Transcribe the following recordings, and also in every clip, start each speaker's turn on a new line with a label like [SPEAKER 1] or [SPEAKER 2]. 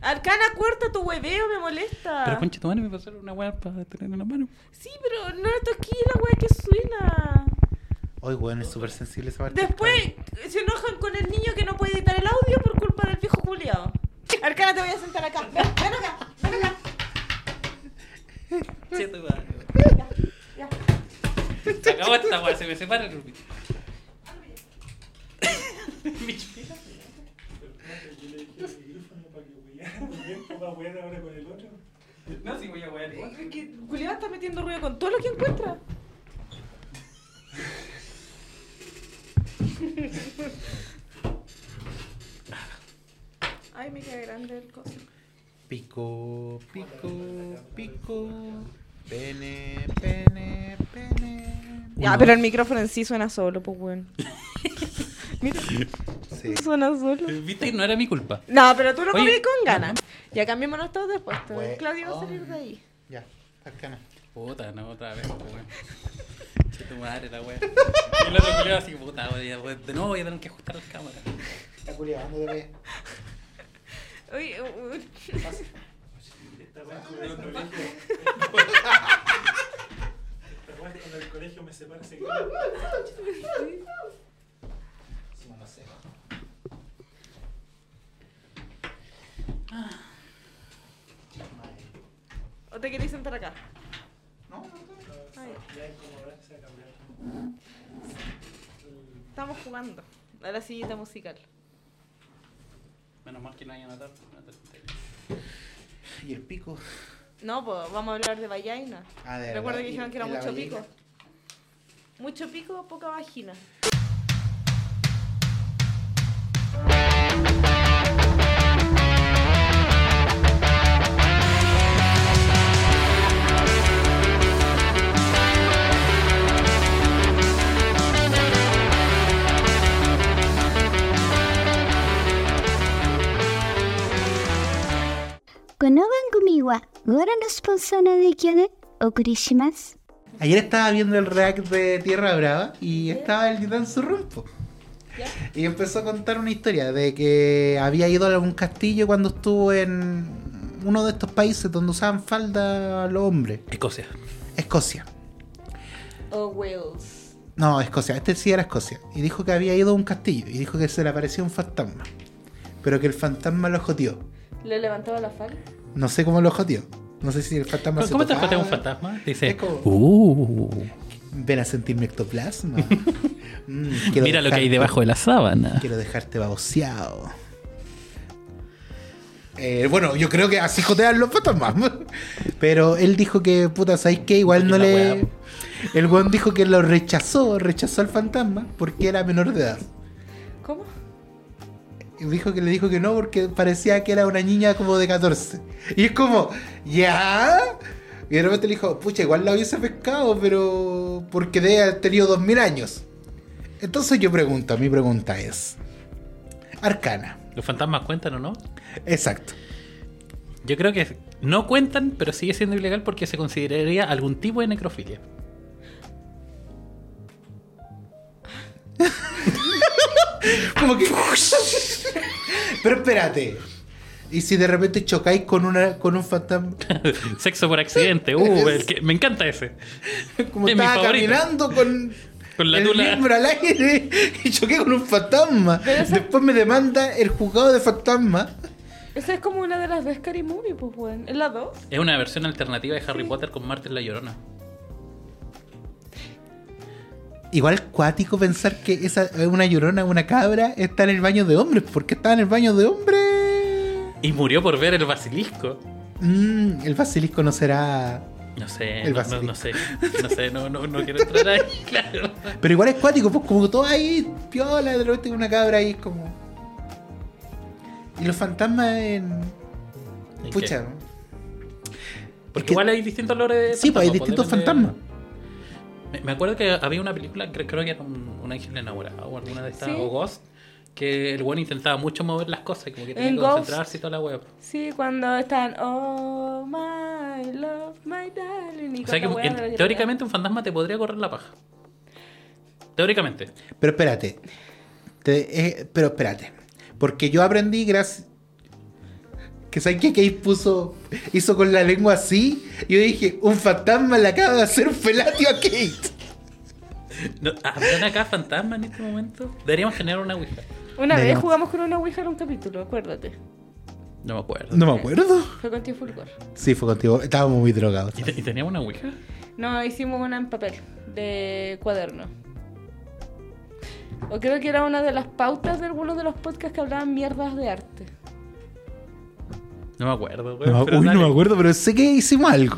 [SPEAKER 1] Cana, corta tu hueveo, me molesta.
[SPEAKER 2] Pero concha tu madre me pasaron una weá para tener en la mano.
[SPEAKER 1] Sí, pero no toqué la weá que suena.
[SPEAKER 3] Hoy, weón, es súper sensible esa parte.
[SPEAKER 1] Después se enojan con el niño que no puede editar el audio por culpa del viejo culiado. Arcana, te voy a sentar acá. Ven, ven acá, ven acá.
[SPEAKER 2] Che tu madre.
[SPEAKER 1] Ya.
[SPEAKER 2] Se acabó esta weá, se me separa el rubí. Mi chupita.
[SPEAKER 4] Yo le dije el micrófono para que hueara, bien, para huear ahora con el otro.
[SPEAKER 2] No, si voy a wear.
[SPEAKER 1] Es que Culiado está metiendo ruido con todo lo que encuentra. Ay, me queda grande el coso.
[SPEAKER 3] Pico, pico, pico. Pene, pene, pene.
[SPEAKER 1] Ya, pero el micrófono en sí suena solo, pues, weón. Mira,
[SPEAKER 3] Sí.
[SPEAKER 1] suena solo.
[SPEAKER 2] Viste que no era mi culpa.
[SPEAKER 1] No, pero tú lo
[SPEAKER 2] Oye,
[SPEAKER 1] comí con ganas. Ya cambiémonos todos después. todo.
[SPEAKER 3] Bueno.
[SPEAKER 1] Claudio va a salir de ahí.
[SPEAKER 3] Ya, arcana.
[SPEAKER 2] Puta, no, otra vez, pues, weón. Che tu madre, la weá. Y el otro culiao así, puta, weón, weón, de nuevo voy a tener que ajustar las cámaras.
[SPEAKER 3] Está culiado, ándate para allá.
[SPEAKER 1] Oye, uy,
[SPEAKER 4] Esta weá con el colegio. Esta weá con el colegio me separa ese culo.
[SPEAKER 1] ¿O te queréis sentar acá? Ay.
[SPEAKER 4] Ya es como ahora se ha cambiado.
[SPEAKER 1] Estamos jugando a la sillita musical.
[SPEAKER 2] Menos mal que no haya notado. no te- te-
[SPEAKER 3] Y el pico.
[SPEAKER 1] No, pues vamos a hablar de vallaina.
[SPEAKER 3] Ah, de
[SPEAKER 1] Recuerdo
[SPEAKER 3] verdad.
[SPEAKER 1] que dijeron que
[SPEAKER 3] Y-
[SPEAKER 1] era
[SPEAKER 3] y la
[SPEAKER 1] mucho
[SPEAKER 3] ballena.
[SPEAKER 1] pico. Mucho pico, poca vagina.
[SPEAKER 5] この番組はご覧のスポンサーの影響でお送りします。
[SPEAKER 3] Ayer estaba viendo el react de Tierra Brava y estaba el titán Surrumpo.
[SPEAKER 1] ¿Ya?
[SPEAKER 3] Y empezó a contar una historia de que había ido a algún castillo cuando estuvo en uno de estos países donde usaban falda los hombres.
[SPEAKER 2] Escocia.
[SPEAKER 3] Escocia.
[SPEAKER 1] O Wales.
[SPEAKER 3] No, Escocia. Este sí era Escocia. Y dijo que había ido a un castillo. Y dijo que se le apareció un fantasma. Pero que el fantasma lo joteó.
[SPEAKER 1] ¿Le levantaba la falda?
[SPEAKER 3] No sé cómo lo joteó. No sé si el fantasma
[SPEAKER 2] ¿Cómo,
[SPEAKER 3] se
[SPEAKER 2] cómo te
[SPEAKER 3] tocaba.
[SPEAKER 2] encuentras un fantasma?
[SPEAKER 3] Es
[SPEAKER 2] Dice,
[SPEAKER 3] como-
[SPEAKER 2] uh,
[SPEAKER 3] Ven a sentir mi ectoplasma. Mm, quiero
[SPEAKER 2] mira lo que hay
[SPEAKER 3] dejarte-
[SPEAKER 2] debajo de la sábana.
[SPEAKER 3] Quiero dejarte baboseado. Eh, bueno, yo creo que así jotean los fantasmas. Pero él dijo que, puta, ¿sabéis qué? Igual
[SPEAKER 2] Oye,
[SPEAKER 3] no
[SPEAKER 2] la
[SPEAKER 3] le.
[SPEAKER 2] weá.
[SPEAKER 3] El weón dijo que lo rechazó, rechazó al fantasma porque era menor de edad.
[SPEAKER 1] ¿Cómo?
[SPEAKER 3] Y dijo que le dijo que no porque parecía que era una niña como de 14. Y es como, ¿ya? Y de repente le dijo, pucha, igual la hubiese pescado, pero porque debe haber tenido 2000 años. Entonces yo pregunto, mi pregunta es, Arcana,
[SPEAKER 2] ¿Los fantasmas cuentan o no?
[SPEAKER 3] exacto.
[SPEAKER 2] Yo creo que no cuentan, pero sigue siendo ilegal porque se consideraría algún tipo de necrofilia.
[SPEAKER 3] Como que... pero espérate. ¿Y si de repente chocáis con, una, con un fantasma?
[SPEAKER 2] Sexo por accidente, uh, el que- me encanta ese.
[SPEAKER 3] Como
[SPEAKER 2] Es mi
[SPEAKER 3] estaba
[SPEAKER 2] favorito.
[SPEAKER 3] caminando con,
[SPEAKER 2] Con la
[SPEAKER 3] el
[SPEAKER 2] tula.
[SPEAKER 3] miembro al aire y choqué con un fantasma. Después me demanda el juzgado de fantasma.
[SPEAKER 1] Esa es como una de las de Scary Movie, pues, weón. ¿Es la dos?
[SPEAKER 2] Es una versión alternativa de Harry Potter con Martin la Llorona.
[SPEAKER 3] Igual cuático pensar que esa una llorona, una cabra, está en el baño de hombres. ¿Por qué estaba en el baño de hombres?
[SPEAKER 2] Y murió por ver el basilisco.
[SPEAKER 3] Mm, el basilisco no será.
[SPEAKER 2] No sé,
[SPEAKER 3] El
[SPEAKER 2] no, no- no sé, no sé, no, no, no quiero entrar ahí, claro.
[SPEAKER 3] Pero igual es cuático, pues como todo ahí, piola, de repente una cabra ahí es como. Y los fantasmas en.
[SPEAKER 2] ¿En
[SPEAKER 3] Pucha.
[SPEAKER 2] qué? Porque
[SPEAKER 3] es que-
[SPEAKER 2] igual hay distintos olores de
[SPEAKER 3] Sí, pues hay distintos
[SPEAKER 2] depende de-
[SPEAKER 3] fantasmas.
[SPEAKER 2] Me- Me acuerdo que había una película, cre- creo que era un, un ángel enamorado o alguna de estas,
[SPEAKER 1] Sí.
[SPEAKER 2] o Ghost, que el weón intentaba mucho mover las cosas y como que tenía
[SPEAKER 1] En
[SPEAKER 2] que
[SPEAKER 1] Ghost.
[SPEAKER 2] concentrarse y toda la web.
[SPEAKER 1] Sí, cuando están. Oh, my love, my darling. y
[SPEAKER 2] O sea que
[SPEAKER 1] con la weá
[SPEAKER 2] en-
[SPEAKER 1] de la guerra.
[SPEAKER 2] teóricamente un fantasma te podría correr la paja. Teóricamente.
[SPEAKER 3] Pero espérate. Te- eh, pero espérate. Porque yo aprendí gracias. Que sabes que Kate puso, hizo con la lengua así. Y yo dije, un fantasma le acaba de hacer un felatio a Kate.
[SPEAKER 2] No, Ah, ¿Habrán acá fantasmas en este momento? Deberíamos generar una Ouija.
[SPEAKER 1] Una vez
[SPEAKER 3] Veremos.
[SPEAKER 1] jugamos con una Ouija en un capítulo, acuérdate.
[SPEAKER 2] No me acuerdo.
[SPEAKER 3] No me acuerdo.
[SPEAKER 1] Fue con tío Fulgor.
[SPEAKER 3] Sí, fue contigo. Estábamos muy drogados.
[SPEAKER 2] ¿Y, te- y teníamos una Ouija?
[SPEAKER 1] No, hicimos una en papel, de cuaderno. O creo que era una de las pautas de algunos de los podcasts que hablaban mierdas de arte.
[SPEAKER 2] No me acuerdo, güey.
[SPEAKER 3] No, me-
[SPEAKER 2] pero
[SPEAKER 3] uy, no
[SPEAKER 2] dale.
[SPEAKER 3] me acuerdo, pero sé que hicimos algo.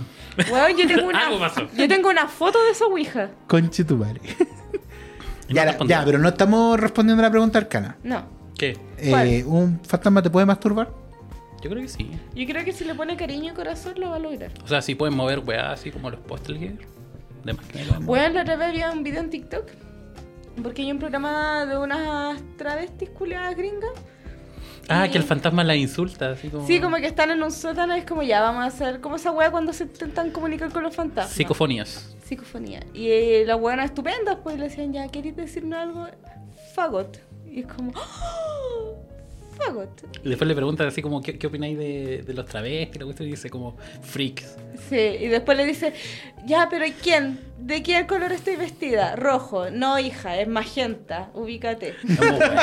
[SPEAKER 1] Weón, yo tengo
[SPEAKER 2] Algo
[SPEAKER 1] una,
[SPEAKER 2] pasó.
[SPEAKER 1] yo tengo una foto de esa Ouija.
[SPEAKER 3] Conche tu madre.
[SPEAKER 2] Y
[SPEAKER 3] ya,
[SPEAKER 2] no
[SPEAKER 3] la-
[SPEAKER 2] respondí.
[SPEAKER 3] ya, pero no estamos respondiendo a la pregunta arcana.
[SPEAKER 1] No.
[SPEAKER 2] ¿Qué?
[SPEAKER 3] Eh,
[SPEAKER 1] ¿Cuál?
[SPEAKER 3] ¿Un fantasma te puede masturbar?
[SPEAKER 2] Yo creo que sí.
[SPEAKER 1] Yo creo que si le pone cariño y corazón lo va a lograr.
[SPEAKER 2] O sea, sí pueden mover weá así como los postles De más que me lo han-
[SPEAKER 1] Bueno, la otra vez había un video en TikTok. Porque hay un programa de unas travestis culiadas gringas.
[SPEAKER 2] Ah,
[SPEAKER 1] y-
[SPEAKER 2] que el fantasma la insulta, así como.
[SPEAKER 1] Sí, como que están en un sótano. Es como ya, vamos a hacer como esa wea cuando se intentan comunicar con los fantasmas.
[SPEAKER 2] Psicofonías.
[SPEAKER 1] Psicofonía. Y eh, las buenas estupendas, pues le decían, ya, ¿queréis decirnos algo? Fagot. Y es como, ¡Oh! Fagot.
[SPEAKER 2] Y después le preguntan así como, ¿qué, qué opináis de, de los travestis? Y la cuestión y dice como, freaks.
[SPEAKER 1] Sí, y después le dice, ya, pero ¿quién? ¿De qué color estoy vestida? Rojo. No, hija, es magenta. Ubícate.
[SPEAKER 2] Como, bueno.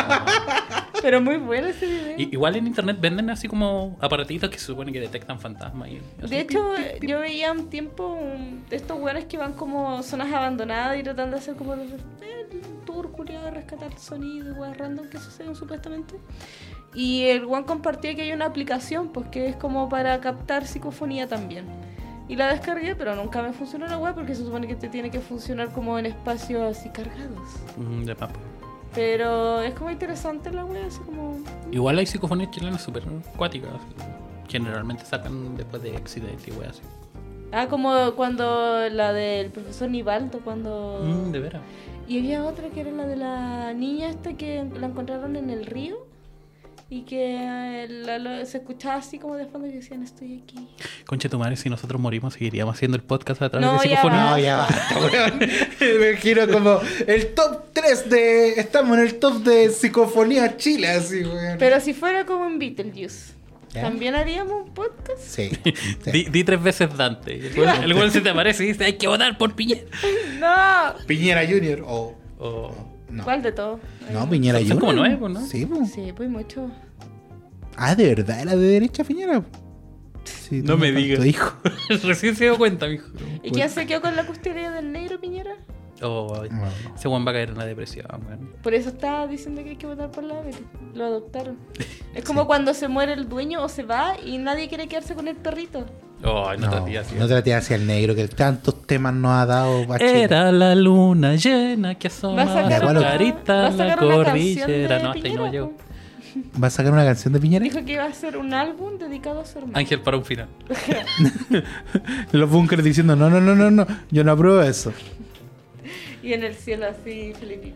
[SPEAKER 1] Pero muy bueno ese video.
[SPEAKER 2] I- igual en internet venden así como aparatitos que se supone que detectan fantasmas. Y así.
[SPEAKER 1] De hecho, yo veía un tiempo un- de estos weones que van como a zonas abandonadas y tratan de hacer como eh, el tour culiado de rescatar sonido y weas random que suceden supuestamente. Y el weón compartía que hay una aplicación, pues que es como para captar psicofonía también. Y la descargué, pero nunca me funcionó la web porque se supone que te tiene que funcionar como en espacios así cargados.
[SPEAKER 2] Mm, de papo.
[SPEAKER 1] Pero es como interesante la web, así como.
[SPEAKER 2] Igual hay psicofonías chilenas súper acuáticas. así. Generalmente sacan después de accidente y weá así.
[SPEAKER 1] Ah, como cuando la del profesor Nibaldo, cuando.
[SPEAKER 2] Mm, de veras.
[SPEAKER 1] Y había otra que era la de la niña esta que la encontraron en el río y que eh, la- lo- se escuchaba así como de fondo y decían estoy aquí.
[SPEAKER 2] Conche tu madre, si nosotros morimos, seguiríamos haciendo el podcast a través
[SPEAKER 1] No,
[SPEAKER 2] de
[SPEAKER 1] ya
[SPEAKER 2] psicofonías.
[SPEAKER 1] va.
[SPEAKER 3] No, ya basta, weón. Me giro como el top 3 de. Estamos en el top de psicofonía chile, así, weón.
[SPEAKER 1] Pero si fuera como en Beetlejuice,
[SPEAKER 3] ¿Ya?
[SPEAKER 1] ¿también haríamos un podcast?
[SPEAKER 3] Sí.
[SPEAKER 2] Di, di tres veces Dante. Y El güey- el güey se te aparece y dice, hay que votar por Piñera.
[SPEAKER 1] ¡No!
[SPEAKER 3] Piñera Junior o.
[SPEAKER 2] O-
[SPEAKER 3] no.
[SPEAKER 1] ¿Cuál de todos?
[SPEAKER 3] No, Piñera
[SPEAKER 2] Son
[SPEAKER 3] Junior.
[SPEAKER 2] como nuevos, ¿no?
[SPEAKER 3] Sí, po.
[SPEAKER 1] Sí, pues mucho.
[SPEAKER 3] Ah, ¿de verdad era de derecha, Piñera? Sí,
[SPEAKER 2] No me
[SPEAKER 3] tenía
[SPEAKER 2] digas.
[SPEAKER 3] tanto hijo.
[SPEAKER 2] Recién se dio cuenta, mijo.
[SPEAKER 1] ¿Y
[SPEAKER 3] Pues
[SPEAKER 1] quién se quedó con la custodia del negro Piñera?
[SPEAKER 2] Oh,
[SPEAKER 3] No.
[SPEAKER 2] ese Juan va a caer en la depresión, weón.
[SPEAKER 1] Por eso estaba diciendo que hay que votar por la Beatles. Lo adoptaron. Es como cuando se muere el dueño o se va y nadie quiere quedarse con el perrito.
[SPEAKER 2] Oh, no,
[SPEAKER 3] No,
[SPEAKER 2] te tías,
[SPEAKER 3] no traté hacia el negro que tantos temas nos ha dado pa' Chile.
[SPEAKER 2] Era la luna llena que
[SPEAKER 1] Va a
[SPEAKER 2] asomaba
[SPEAKER 1] sacar
[SPEAKER 3] su
[SPEAKER 1] una,
[SPEAKER 3] bueno.
[SPEAKER 1] va
[SPEAKER 2] carita
[SPEAKER 1] a
[SPEAKER 2] en
[SPEAKER 1] sacar
[SPEAKER 2] la
[SPEAKER 1] una canción
[SPEAKER 2] cordillera.
[SPEAKER 1] de
[SPEAKER 2] No, hasta ahí no
[SPEAKER 1] Piñera, pues?
[SPEAKER 2] llego.
[SPEAKER 1] po.
[SPEAKER 3] ¿Va a sacar una canción de Piñera?
[SPEAKER 1] Dijo que iba a hacer un álbum dedicado a su hermano.
[SPEAKER 2] Ángel para un final.
[SPEAKER 3] Los bunkers diciendo, no, no, no, no, no, yo no apruebo eso.
[SPEAKER 1] Y en el cielo así, Filipina.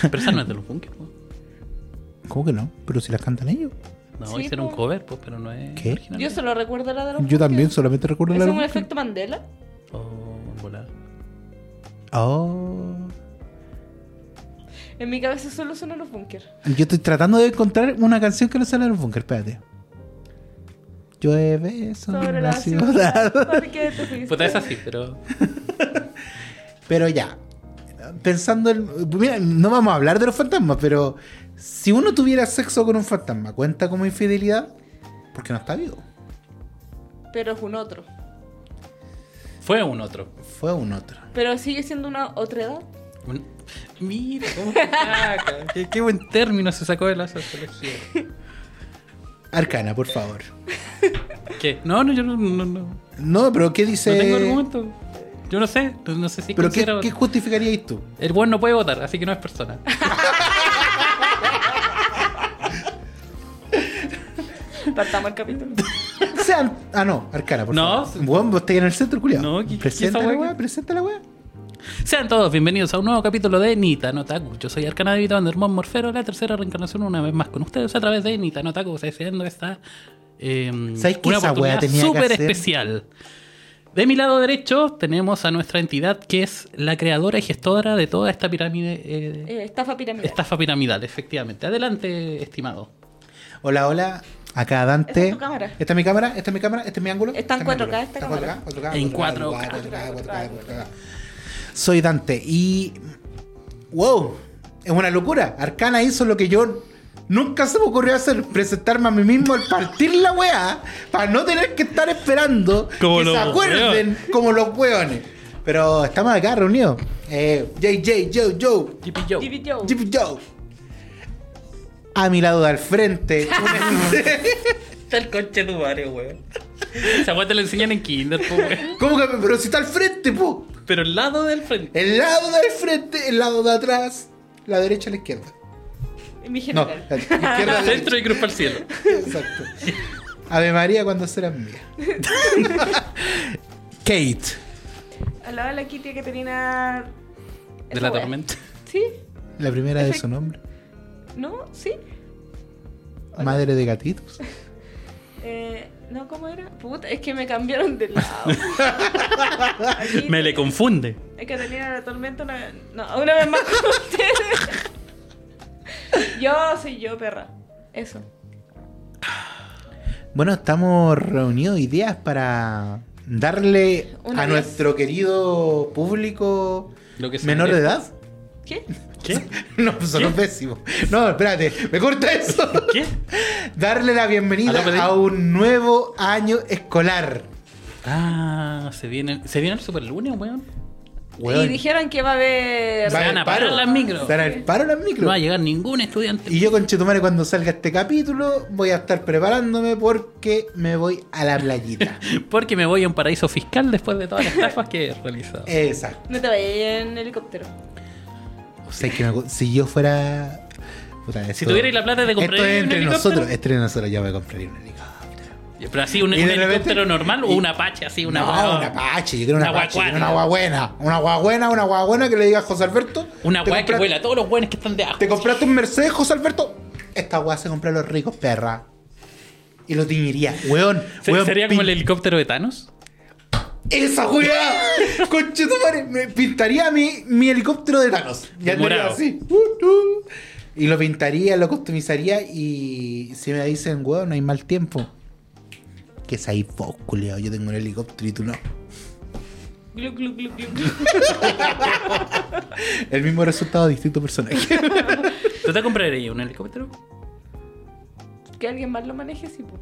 [SPEAKER 2] Pero esa no es de los bunkers, pues. po.
[SPEAKER 3] ¿Cómo que no? Pero si las cantan ellos.
[SPEAKER 2] No,
[SPEAKER 1] Sí,
[SPEAKER 2] hicieron
[SPEAKER 1] po.
[SPEAKER 2] un cover, pues, pero no es
[SPEAKER 3] ¿Qué?
[SPEAKER 2] original.
[SPEAKER 1] Yo solo recuerdo la de los
[SPEAKER 3] Yo también
[SPEAKER 1] Bunkers.
[SPEAKER 3] solamente recuerdo
[SPEAKER 1] ¿Es
[SPEAKER 3] la
[SPEAKER 1] un
[SPEAKER 3] Bunkers.
[SPEAKER 1] efecto Mandela?
[SPEAKER 2] Oh, volada.
[SPEAKER 3] Oh.
[SPEAKER 1] En mi cabeza solo suenan los bunkers.
[SPEAKER 3] Yo estoy tratando de encontrar una canción que no sale de los bunkers, espérate. Llueve sobre la ciudad.
[SPEAKER 1] ¿Por qué te fuiste?
[SPEAKER 2] Puta, esa sí, pero.
[SPEAKER 3] Pero ya, pensando en... Mira, no vamos a hablar de los fantasmas, pero si uno tuviera sexo con un fantasma, ¿cuenta como infidelidad? Porque no está vivo.
[SPEAKER 1] Pero es un otro.
[SPEAKER 2] Fue un otro.
[SPEAKER 3] Fue un otro.
[SPEAKER 1] Pero sigue siendo una otra edad.
[SPEAKER 2] Un- Mira, cómo se saca. qué, qué buen término se sacó de la sociología.
[SPEAKER 3] Arcana, por favor.
[SPEAKER 2] ¿Qué? No, no, yo no, no, no.
[SPEAKER 3] No, pero ¿qué dice?
[SPEAKER 2] No tengo argumento. Yo no sé, no, no sé si
[SPEAKER 3] ¿Pero qué,
[SPEAKER 2] considero-
[SPEAKER 3] qué justificaríais tú?
[SPEAKER 2] El buen no puede votar, así que no es persona.
[SPEAKER 1] Partamos el capítulo.
[SPEAKER 3] O sea, ah, no, Arcana, por
[SPEAKER 2] No.
[SPEAKER 3] favor. Weón, vos estás en el centro, culiado.
[SPEAKER 2] No, ¿qué- qué-
[SPEAKER 3] presenta
[SPEAKER 2] esa
[SPEAKER 3] la
[SPEAKER 2] weá
[SPEAKER 3] weá,
[SPEAKER 2] que-
[SPEAKER 3] presenta la weá.
[SPEAKER 2] Sean todos bienvenidos a un nuevo capítulo de Nita Notaku. Yo soy Arcana de Vita Hermón Morfero, la tercera reencarnación una vez más con ustedes a través de Nita Notaku, deseando esta eh,
[SPEAKER 3] ¿Sabes qué
[SPEAKER 2] una
[SPEAKER 3] esa weá
[SPEAKER 2] oportunidad
[SPEAKER 3] tenía que
[SPEAKER 2] súper
[SPEAKER 3] hacer?
[SPEAKER 2] especial. De mi lado derecho tenemos a nuestra entidad que es la creadora y gestora de toda esta pirámide, eh,
[SPEAKER 1] Eh, estafa piramidal.
[SPEAKER 2] estafa piramidal, efectivamente. Adelante, estimado.
[SPEAKER 3] Hola, hola. Acá Dante.
[SPEAKER 1] Esta es tu cámara.
[SPEAKER 3] Esta es mi cámara, esta es mi cámara, este es mi ángulo.
[SPEAKER 1] Está en
[SPEAKER 3] este es
[SPEAKER 1] 4K
[SPEAKER 3] mi ángulo.
[SPEAKER 1] esta
[SPEAKER 3] Está
[SPEAKER 1] cámara.
[SPEAKER 3] 4K, 4K,
[SPEAKER 2] En
[SPEAKER 3] 4K,
[SPEAKER 1] 4K,
[SPEAKER 3] 4K, 4K. Soy Dante y. ¡Wow! Es una locura. Arcana hizo lo que yo nunca se me ocurrió hacer: presentarme a mí mismo al partir la weá para no tener que estar esperando
[SPEAKER 2] Como
[SPEAKER 3] que se
[SPEAKER 2] los
[SPEAKER 3] acuerden como los weones. Pero estamos acá reunidos. Eh, JJ, Joe, Joe.
[SPEAKER 2] Jippy Joe.
[SPEAKER 1] Jimmy Joe.
[SPEAKER 3] Jimmy Joe. A mi lado al frente.
[SPEAKER 2] Está el coche de tu madre, weón. Esa weá te lo enseñan en Kinder, po, weón.
[SPEAKER 3] ¿Cómo que? Pero si está al frente, po.
[SPEAKER 2] Pero el lado del frente.
[SPEAKER 3] El lado del frente, el lado de atrás, la derecha, la izquierda.
[SPEAKER 1] Mi
[SPEAKER 3] No,
[SPEAKER 1] general.
[SPEAKER 3] la izquierda, la derecha.
[SPEAKER 2] Centro y cruz para el cielo.
[SPEAKER 3] Exacto. Ave María cuando serás mía. Kate.
[SPEAKER 1] Al lado de la Kitty Caterina.
[SPEAKER 2] De
[SPEAKER 1] Esa
[SPEAKER 2] la
[SPEAKER 1] wea.
[SPEAKER 2] tormenta.
[SPEAKER 1] ¿Sí?
[SPEAKER 3] La primera de
[SPEAKER 1] Efect-
[SPEAKER 3] su nombre.
[SPEAKER 1] ¿No? ¿Sí?
[SPEAKER 3] Madre de gatitos.
[SPEAKER 1] Eh, ¿No? ¿Cómo era? Puta, es que me cambiaron de lado. Aquí-
[SPEAKER 2] Me le confunde.
[SPEAKER 1] Es que tenía la tormenta una No, una vez más con ustedes. Yo soy yo, perra. Eso.
[SPEAKER 3] Bueno, estamos reunidos ideas para darle
[SPEAKER 1] Una
[SPEAKER 3] a
[SPEAKER 1] vez.
[SPEAKER 3] nuestro querido público
[SPEAKER 2] Lo que se
[SPEAKER 3] menor de
[SPEAKER 2] merece.
[SPEAKER 3] edad.
[SPEAKER 1] ¿Qué?
[SPEAKER 2] ¿Qué?
[SPEAKER 3] No, son los décimos. No, espérate, me corta eso.
[SPEAKER 2] ¿Qué?
[SPEAKER 3] Darle la bienvenida
[SPEAKER 2] ¿Aló, Pedro?
[SPEAKER 3] a un nuevo año escolar.
[SPEAKER 2] Ah, se viene, se viene el super lunes, weón.
[SPEAKER 3] Weón.
[SPEAKER 1] Y dijeron que va a haber.
[SPEAKER 2] Se
[SPEAKER 3] Va
[SPEAKER 2] van
[SPEAKER 3] el
[SPEAKER 2] a parar
[SPEAKER 3] paro.
[SPEAKER 2] las micros.
[SPEAKER 3] Se van al paro las
[SPEAKER 2] No
[SPEAKER 3] micros.
[SPEAKER 2] va a llegar ningún estudiante.
[SPEAKER 3] Y yo, conchetumare, cuando salga este capítulo, voy a estar preparándome porque me voy a la playita.
[SPEAKER 2] Porque me voy a un paraíso fiscal después de todas las estafas que he realizado.
[SPEAKER 3] Eh, Exacto.
[SPEAKER 1] No te vayas en helicóptero.
[SPEAKER 3] O sea, que me- si yo fuera. Puta, esto-
[SPEAKER 2] Si tuvierais la plata de
[SPEAKER 3] Esto
[SPEAKER 2] comprar
[SPEAKER 3] es
[SPEAKER 2] un
[SPEAKER 3] entre
[SPEAKER 2] helicóptero. eh,
[SPEAKER 3] nosotros. Entre nosotros, yo me compraría un helicóptero.
[SPEAKER 2] Pero así, un,
[SPEAKER 3] Y de
[SPEAKER 2] un
[SPEAKER 3] repente-
[SPEAKER 2] helicóptero normal o
[SPEAKER 3] y-
[SPEAKER 2] un Apache, así, una
[SPEAKER 3] no,
[SPEAKER 2] weá-
[SPEAKER 3] un apache. Yo quiero un
[SPEAKER 2] una
[SPEAKER 3] apache.
[SPEAKER 2] guaguana.
[SPEAKER 3] quiero Una guaguena. Una guaguena, una guaguena que le diga a José Alberto.
[SPEAKER 2] Una
[SPEAKER 3] te
[SPEAKER 2] weá que
[SPEAKER 3] compras-
[SPEAKER 2] vuela, todos los buenos que están de abajo.
[SPEAKER 3] ¿Te compraste un Mercedes, José Alberto? Esta weá se compra a los ricos, perra. Y lo tiñiría. Weón,
[SPEAKER 2] Se-
[SPEAKER 3] weón,
[SPEAKER 2] ¿Sería como el
[SPEAKER 3] pin-
[SPEAKER 2] helicóptero de Thanos?
[SPEAKER 3] ¡Esa weá! Conchetumare, me pintaría mi, mi helicóptero de Thanos. Ya
[SPEAKER 2] De morado.
[SPEAKER 3] tenía así. Uh, uh. Y lo pintaría, lo customizaría y si me dicen, weón, no hay mal tiempo. Que es ahí vos, culiao. Yo tengo un helicóptero y tú no.
[SPEAKER 1] Glu, glu, glu, glu, glu.
[SPEAKER 3] El mismo resultado, distinto personaje.
[SPEAKER 2] ¿Tú te comprarías un helicóptero?
[SPEAKER 1] Que alguien más lo maneje, sí, po.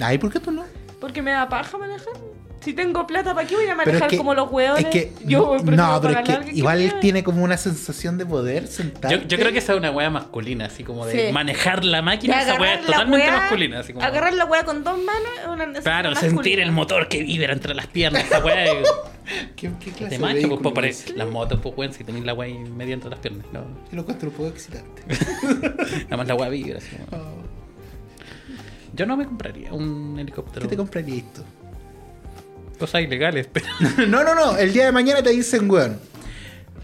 [SPEAKER 3] Ay, ¿por qué tú no?
[SPEAKER 1] Porque me da paja manejar. Si tengo plata, ¿para qué voy a
[SPEAKER 3] Pero es
[SPEAKER 1] manejar
[SPEAKER 3] que-
[SPEAKER 1] como los hueones?
[SPEAKER 3] Es que,
[SPEAKER 1] yo prefiero
[SPEAKER 3] no, pero
[SPEAKER 1] pagarle
[SPEAKER 3] es
[SPEAKER 1] a alguien
[SPEAKER 3] que igual
[SPEAKER 1] me-
[SPEAKER 3] tiene como una sensación de poder sentar.
[SPEAKER 2] Yo, yo creo que esa es una weá masculina, así como de
[SPEAKER 1] Sí.
[SPEAKER 2] manejar la
[SPEAKER 1] De
[SPEAKER 2] máquina. Esa
[SPEAKER 1] agarrar
[SPEAKER 2] weá es
[SPEAKER 1] la
[SPEAKER 2] totalmente
[SPEAKER 1] hueá-
[SPEAKER 2] masculina. Así como,
[SPEAKER 1] Agarrar la hueá con dos manos es una necesidad
[SPEAKER 2] claro, sentir
[SPEAKER 1] masculina.
[SPEAKER 2] el motor que vibra entre las piernas. Esa weá de,
[SPEAKER 3] ¿Qué, qué clase
[SPEAKER 2] de
[SPEAKER 3] de
[SPEAKER 2] macho. Pues,
[SPEAKER 3] vehículo
[SPEAKER 2] pues, por
[SPEAKER 3] es?
[SPEAKER 2] eso, las motos, pues weón, si tenéis la weá ahí media entre las piernas. ¿no?
[SPEAKER 3] Yo lo encuentro un poco excitante.
[SPEAKER 2] Nada más la weá vibra. así como-
[SPEAKER 3] Oh,
[SPEAKER 2] Yo no me compraría un
[SPEAKER 3] ¿Qué
[SPEAKER 2] helicóptero.
[SPEAKER 3] Este te compraría esto?
[SPEAKER 2] Cosas ilegales, pero.
[SPEAKER 3] no, no, no. El día de mañana te dicen, weón,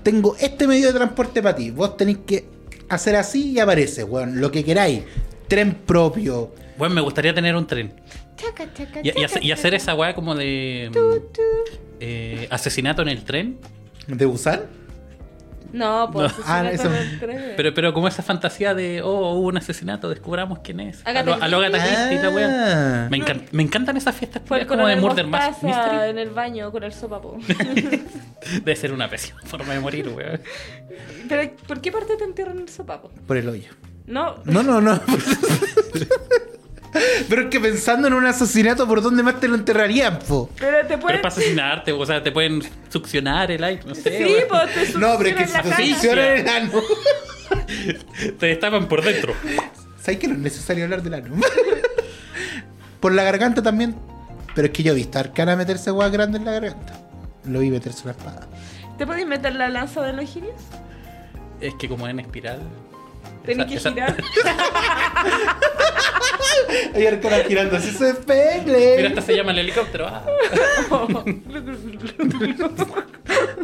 [SPEAKER 3] tengo este medio de transporte para ti. Vos tenés que hacer así y aparece, weón. Lo que queráis. Tren propio.
[SPEAKER 2] Bueno, me gustaría tener un tren.
[SPEAKER 5] Chaca, chaca,
[SPEAKER 2] Y, y hace- y hacer esa weá como de. mm, eh, asesinato en el tren.
[SPEAKER 3] ¿De Busan?
[SPEAKER 1] No,
[SPEAKER 2] No.
[SPEAKER 1] pues. eso sí
[SPEAKER 3] Ah,
[SPEAKER 1] me
[SPEAKER 3] eso-
[SPEAKER 1] parece.
[SPEAKER 2] Pero, pero como esa fantasía de, oh, hubo un asesinato, descubramos quién es. A lo-
[SPEAKER 1] Agatha
[SPEAKER 2] a lo Agatha
[SPEAKER 3] Christie.
[SPEAKER 2] Christie, la wea.
[SPEAKER 3] Ah.
[SPEAKER 2] Me, encan- me encantan esas fiestas
[SPEAKER 1] Fue el
[SPEAKER 2] culias como de Murder Mas-
[SPEAKER 1] mostaza
[SPEAKER 2] Mystery.
[SPEAKER 1] en el baño con el sopapo.
[SPEAKER 2] Debe ser una pésima forma de morir, weón.
[SPEAKER 1] Pues- Pero, ¿por qué parte te entierran el sopapo?
[SPEAKER 3] Por el hoyo.
[SPEAKER 1] No,
[SPEAKER 3] No, no, no. Pero es que pensando en un asesinato, ¿por dónde más te lo enterrarían, po?
[SPEAKER 1] pero te
[SPEAKER 2] Pero
[SPEAKER 1] pueden...
[SPEAKER 2] es para asesinarte, o sea, te pueden succionar el aire, no sé.
[SPEAKER 1] sí,
[SPEAKER 2] weón.
[SPEAKER 1] pues te
[SPEAKER 3] No, pero es que si
[SPEAKER 1] succionan la cara.
[SPEAKER 3] te
[SPEAKER 2] sucio-
[SPEAKER 3] succionan el ano.
[SPEAKER 1] pues.
[SPEAKER 2] Te destapan por dentro.
[SPEAKER 3] ¿Sabes que no es necesario hablar del ano? Por la garganta también. Pero es que yo he visto a Arcana meterse hueá grande en la garganta. Lo vi meterse una espada.
[SPEAKER 1] ¿Te podéis meter la lanza de los girios?
[SPEAKER 2] Es que como en espiral.
[SPEAKER 1] Tenés
[SPEAKER 2] Esa-
[SPEAKER 1] que
[SPEAKER 2] esa-
[SPEAKER 1] girar.
[SPEAKER 3] Y Arcana girando así se
[SPEAKER 2] Mira, hasta
[SPEAKER 3] pegle.
[SPEAKER 2] se llama el helicóptero. Ah,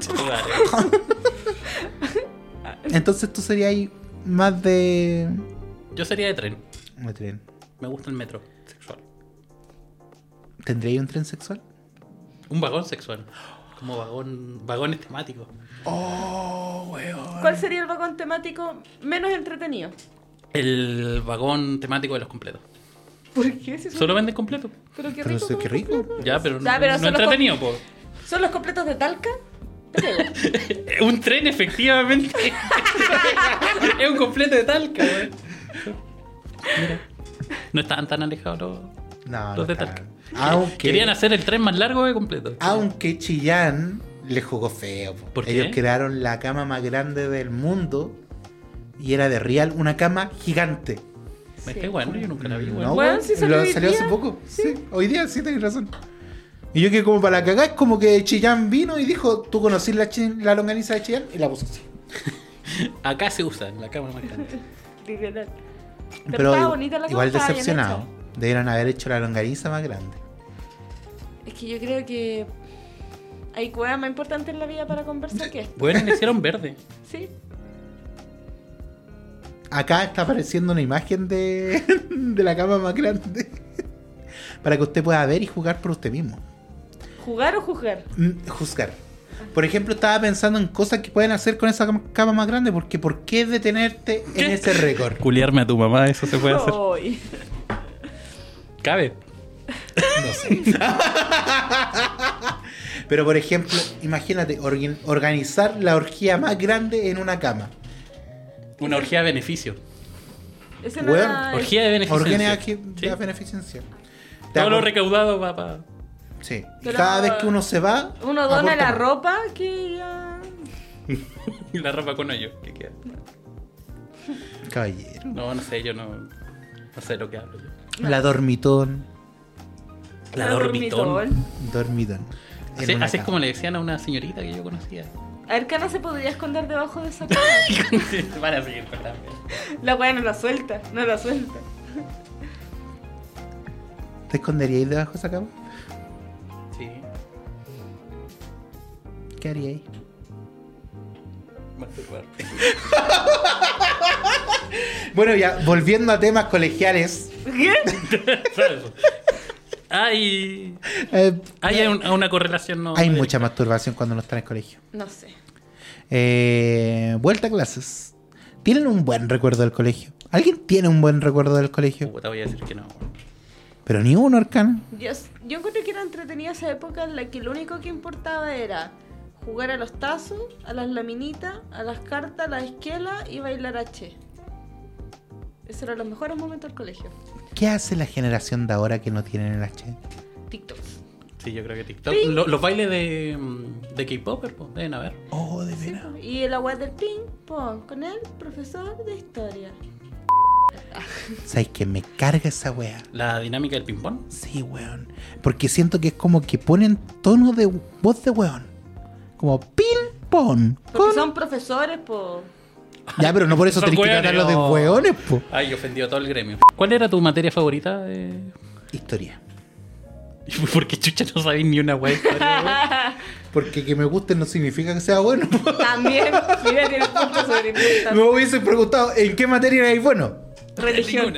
[SPEAKER 2] chuta,
[SPEAKER 3] Entonces tú serías ahí más de.
[SPEAKER 2] Yo sería de tren.
[SPEAKER 3] Un tren.
[SPEAKER 2] Me gusta el metro sexual.
[SPEAKER 3] ¿Tendríais un tren sexual?
[SPEAKER 2] Un vagón sexual. Como vagón, vagones temáticos.
[SPEAKER 3] Oh, weón.
[SPEAKER 1] ¿Cuál sería el vagón temático menos entretenido?
[SPEAKER 2] El vagón temático de los completos.
[SPEAKER 1] ¿Por qué? Si son-
[SPEAKER 2] Solo venden completo.
[SPEAKER 1] Pero qué
[SPEAKER 3] Pero
[SPEAKER 1] rico.
[SPEAKER 3] eso-
[SPEAKER 1] son
[SPEAKER 3] qué
[SPEAKER 1] los
[SPEAKER 3] rico.
[SPEAKER 1] completos.
[SPEAKER 2] Ya, pero no,
[SPEAKER 1] Ya, Ah, pero
[SPEAKER 2] no
[SPEAKER 1] solo
[SPEAKER 2] entretenido, po.
[SPEAKER 1] ¿Son los completos de Talca? Te pego.
[SPEAKER 2] Eh, Un tren, efectivamente. es un completo de talca, weón. Mira, No estaban tan alejados los.
[SPEAKER 3] No,
[SPEAKER 2] Los
[SPEAKER 3] no
[SPEAKER 2] de
[SPEAKER 3] está.
[SPEAKER 2] Talca.
[SPEAKER 3] Aunque,
[SPEAKER 2] Querían hacer el tren más largo de completo.
[SPEAKER 3] aunque Chillán le jugó feo. po.
[SPEAKER 2] ¿Por qué?
[SPEAKER 3] Ellos crearon la cama más grande del mundo y era de real, una cama gigante.
[SPEAKER 2] Me
[SPEAKER 1] Sí.
[SPEAKER 2] cae bueno, yo nunca la vi, weón.
[SPEAKER 3] No,
[SPEAKER 1] Bueno,
[SPEAKER 3] weón,
[SPEAKER 1] sí salió
[SPEAKER 3] lo
[SPEAKER 1] hoy
[SPEAKER 3] salió hace
[SPEAKER 1] día.
[SPEAKER 3] poco. Sí. hoy día sí tenés razón. Y yo que como para cagar, es como que Chillán vino y dijo, ¿tú conocís la, chi- la longaniza de Chillán? Y la puso así.
[SPEAKER 2] Acá se usa en la cámara más grande.
[SPEAKER 1] Literal. Pero
[SPEAKER 3] Pero
[SPEAKER 1] estaba
[SPEAKER 3] i-
[SPEAKER 1] bonita la cama,
[SPEAKER 3] igual
[SPEAKER 1] estaba bien
[SPEAKER 3] decepcionado. Debieron haber hecho la longaniza más grande.
[SPEAKER 1] Es que yo creo que hay cosas más importantes en la vida para conversar que esto.
[SPEAKER 2] Bueno, le hicieron verde.
[SPEAKER 1] Sí.
[SPEAKER 3] Acá está apareciendo una imagen de, de la cama más grande. Para que usted pueda ver y jugar por usted mismo.
[SPEAKER 1] ¿Jugar o juzgar?
[SPEAKER 3] Mm, Juzgar. Por ejemplo, estaba pensando en cosas que pueden hacer con esa cam- cama más grande. Porque ¿por qué detenerte en ese récord?
[SPEAKER 2] Culearme a tu mamá, eso se puede hacer.
[SPEAKER 1] Ay.
[SPEAKER 2] Cabe.
[SPEAKER 3] Pero por ejemplo, imagínate orgi- organizar la orgía más grande en una cama.
[SPEAKER 2] Una orgía de beneficio.
[SPEAKER 1] Ese no
[SPEAKER 3] Bueno,
[SPEAKER 1] era-
[SPEAKER 2] Orgía de beneficio.
[SPEAKER 3] Orgía aquí
[SPEAKER 2] Sí.
[SPEAKER 3] de beneficencia. Te
[SPEAKER 2] Todo lo
[SPEAKER 3] acor-
[SPEAKER 2] recaudado va para.
[SPEAKER 3] Sí. Y
[SPEAKER 1] Pero-
[SPEAKER 3] cada vez que uno se va,
[SPEAKER 2] Ah,
[SPEAKER 1] Uno dona
[SPEAKER 3] aporta
[SPEAKER 1] la
[SPEAKER 3] más.
[SPEAKER 1] ropa que ya...
[SPEAKER 2] la ropa con hoyo. que queda.
[SPEAKER 3] Caballero.
[SPEAKER 2] No, no sé, yo no. No sé lo que hablo yo.
[SPEAKER 3] La dormitón.
[SPEAKER 2] La
[SPEAKER 1] era
[SPEAKER 2] Ah, dormitón.
[SPEAKER 3] Dormitón. En
[SPEAKER 2] Así,
[SPEAKER 3] una
[SPEAKER 2] así es
[SPEAKER 3] cama.
[SPEAKER 2] como le decían a una señorita que yo conocía.
[SPEAKER 1] A ver, Cana se podría esconder debajo de esa cama.
[SPEAKER 2] Van a seguir con la mierda.
[SPEAKER 1] La weá no la suelta, no la suelta.
[SPEAKER 3] ¿Te esconderíais debajo de esa cama?
[SPEAKER 2] Sí.
[SPEAKER 3] ¿Qué haríais?
[SPEAKER 2] Masturbarte.
[SPEAKER 3] Bueno, ya, volviendo a temas colegiales.
[SPEAKER 1] ¿Qué?
[SPEAKER 2] ¿Sabes? Hay,
[SPEAKER 3] eh,
[SPEAKER 2] hay un- una correlación no.
[SPEAKER 3] hay mucha masturbación cuando no están en el colegio.
[SPEAKER 1] No sé.
[SPEAKER 3] Eh, vuelta a clases. ¿Tienen un buen recuerdo del colegio? ¿Alguien tiene un buen recuerdo del colegio?
[SPEAKER 2] Puta, voy a decir que no.
[SPEAKER 3] Pero ni uno, Arcana.
[SPEAKER 1] Yo, yo encuentro que era entretenida esa época en la que lo único que importaba era jugar a los tazos, a las laminitas, a las cartas, a la esquela y bailar H. Esos eran los mejores momentos del colegio.
[SPEAKER 3] ¿Qué hace la generación de ahora que no tienen el H?
[SPEAKER 1] TikToks.
[SPEAKER 2] Sí, yo creo que TikTok. Lo- los bailes de, mm, de K-Popper, pues, deben haber.
[SPEAKER 3] Oh, de veras.
[SPEAKER 1] pues. Y el agua del ping pong con el profesor de historia.
[SPEAKER 3] ¿Sabes que me carga esa wea?
[SPEAKER 2] La dinámica del ping-pong.
[SPEAKER 3] Sí, weón. Porque siento que es como que ponen tono de voz de weón. Como ping-pong.
[SPEAKER 1] Porque son profesores, po.
[SPEAKER 3] Ya, pero no por eso
[SPEAKER 2] Son
[SPEAKER 3] tenés que
[SPEAKER 2] weones,
[SPEAKER 3] tratarlo de
[SPEAKER 2] no.
[SPEAKER 3] weones, oh. po.
[SPEAKER 2] Ay, ofendió a todo el gremio. ¿Cuál era tu materia favorita? eh?
[SPEAKER 3] Historia.
[SPEAKER 2] Porque chucha no sabéis ni una wea. de historia, weón?
[SPEAKER 3] Porque que me guste no significa que sea bueno.
[SPEAKER 1] También, mira, tiene punto sobre mí,
[SPEAKER 3] me
[SPEAKER 1] también.
[SPEAKER 3] hubiesen preguntado, ¿en qué materia erais bueno?
[SPEAKER 1] Religión.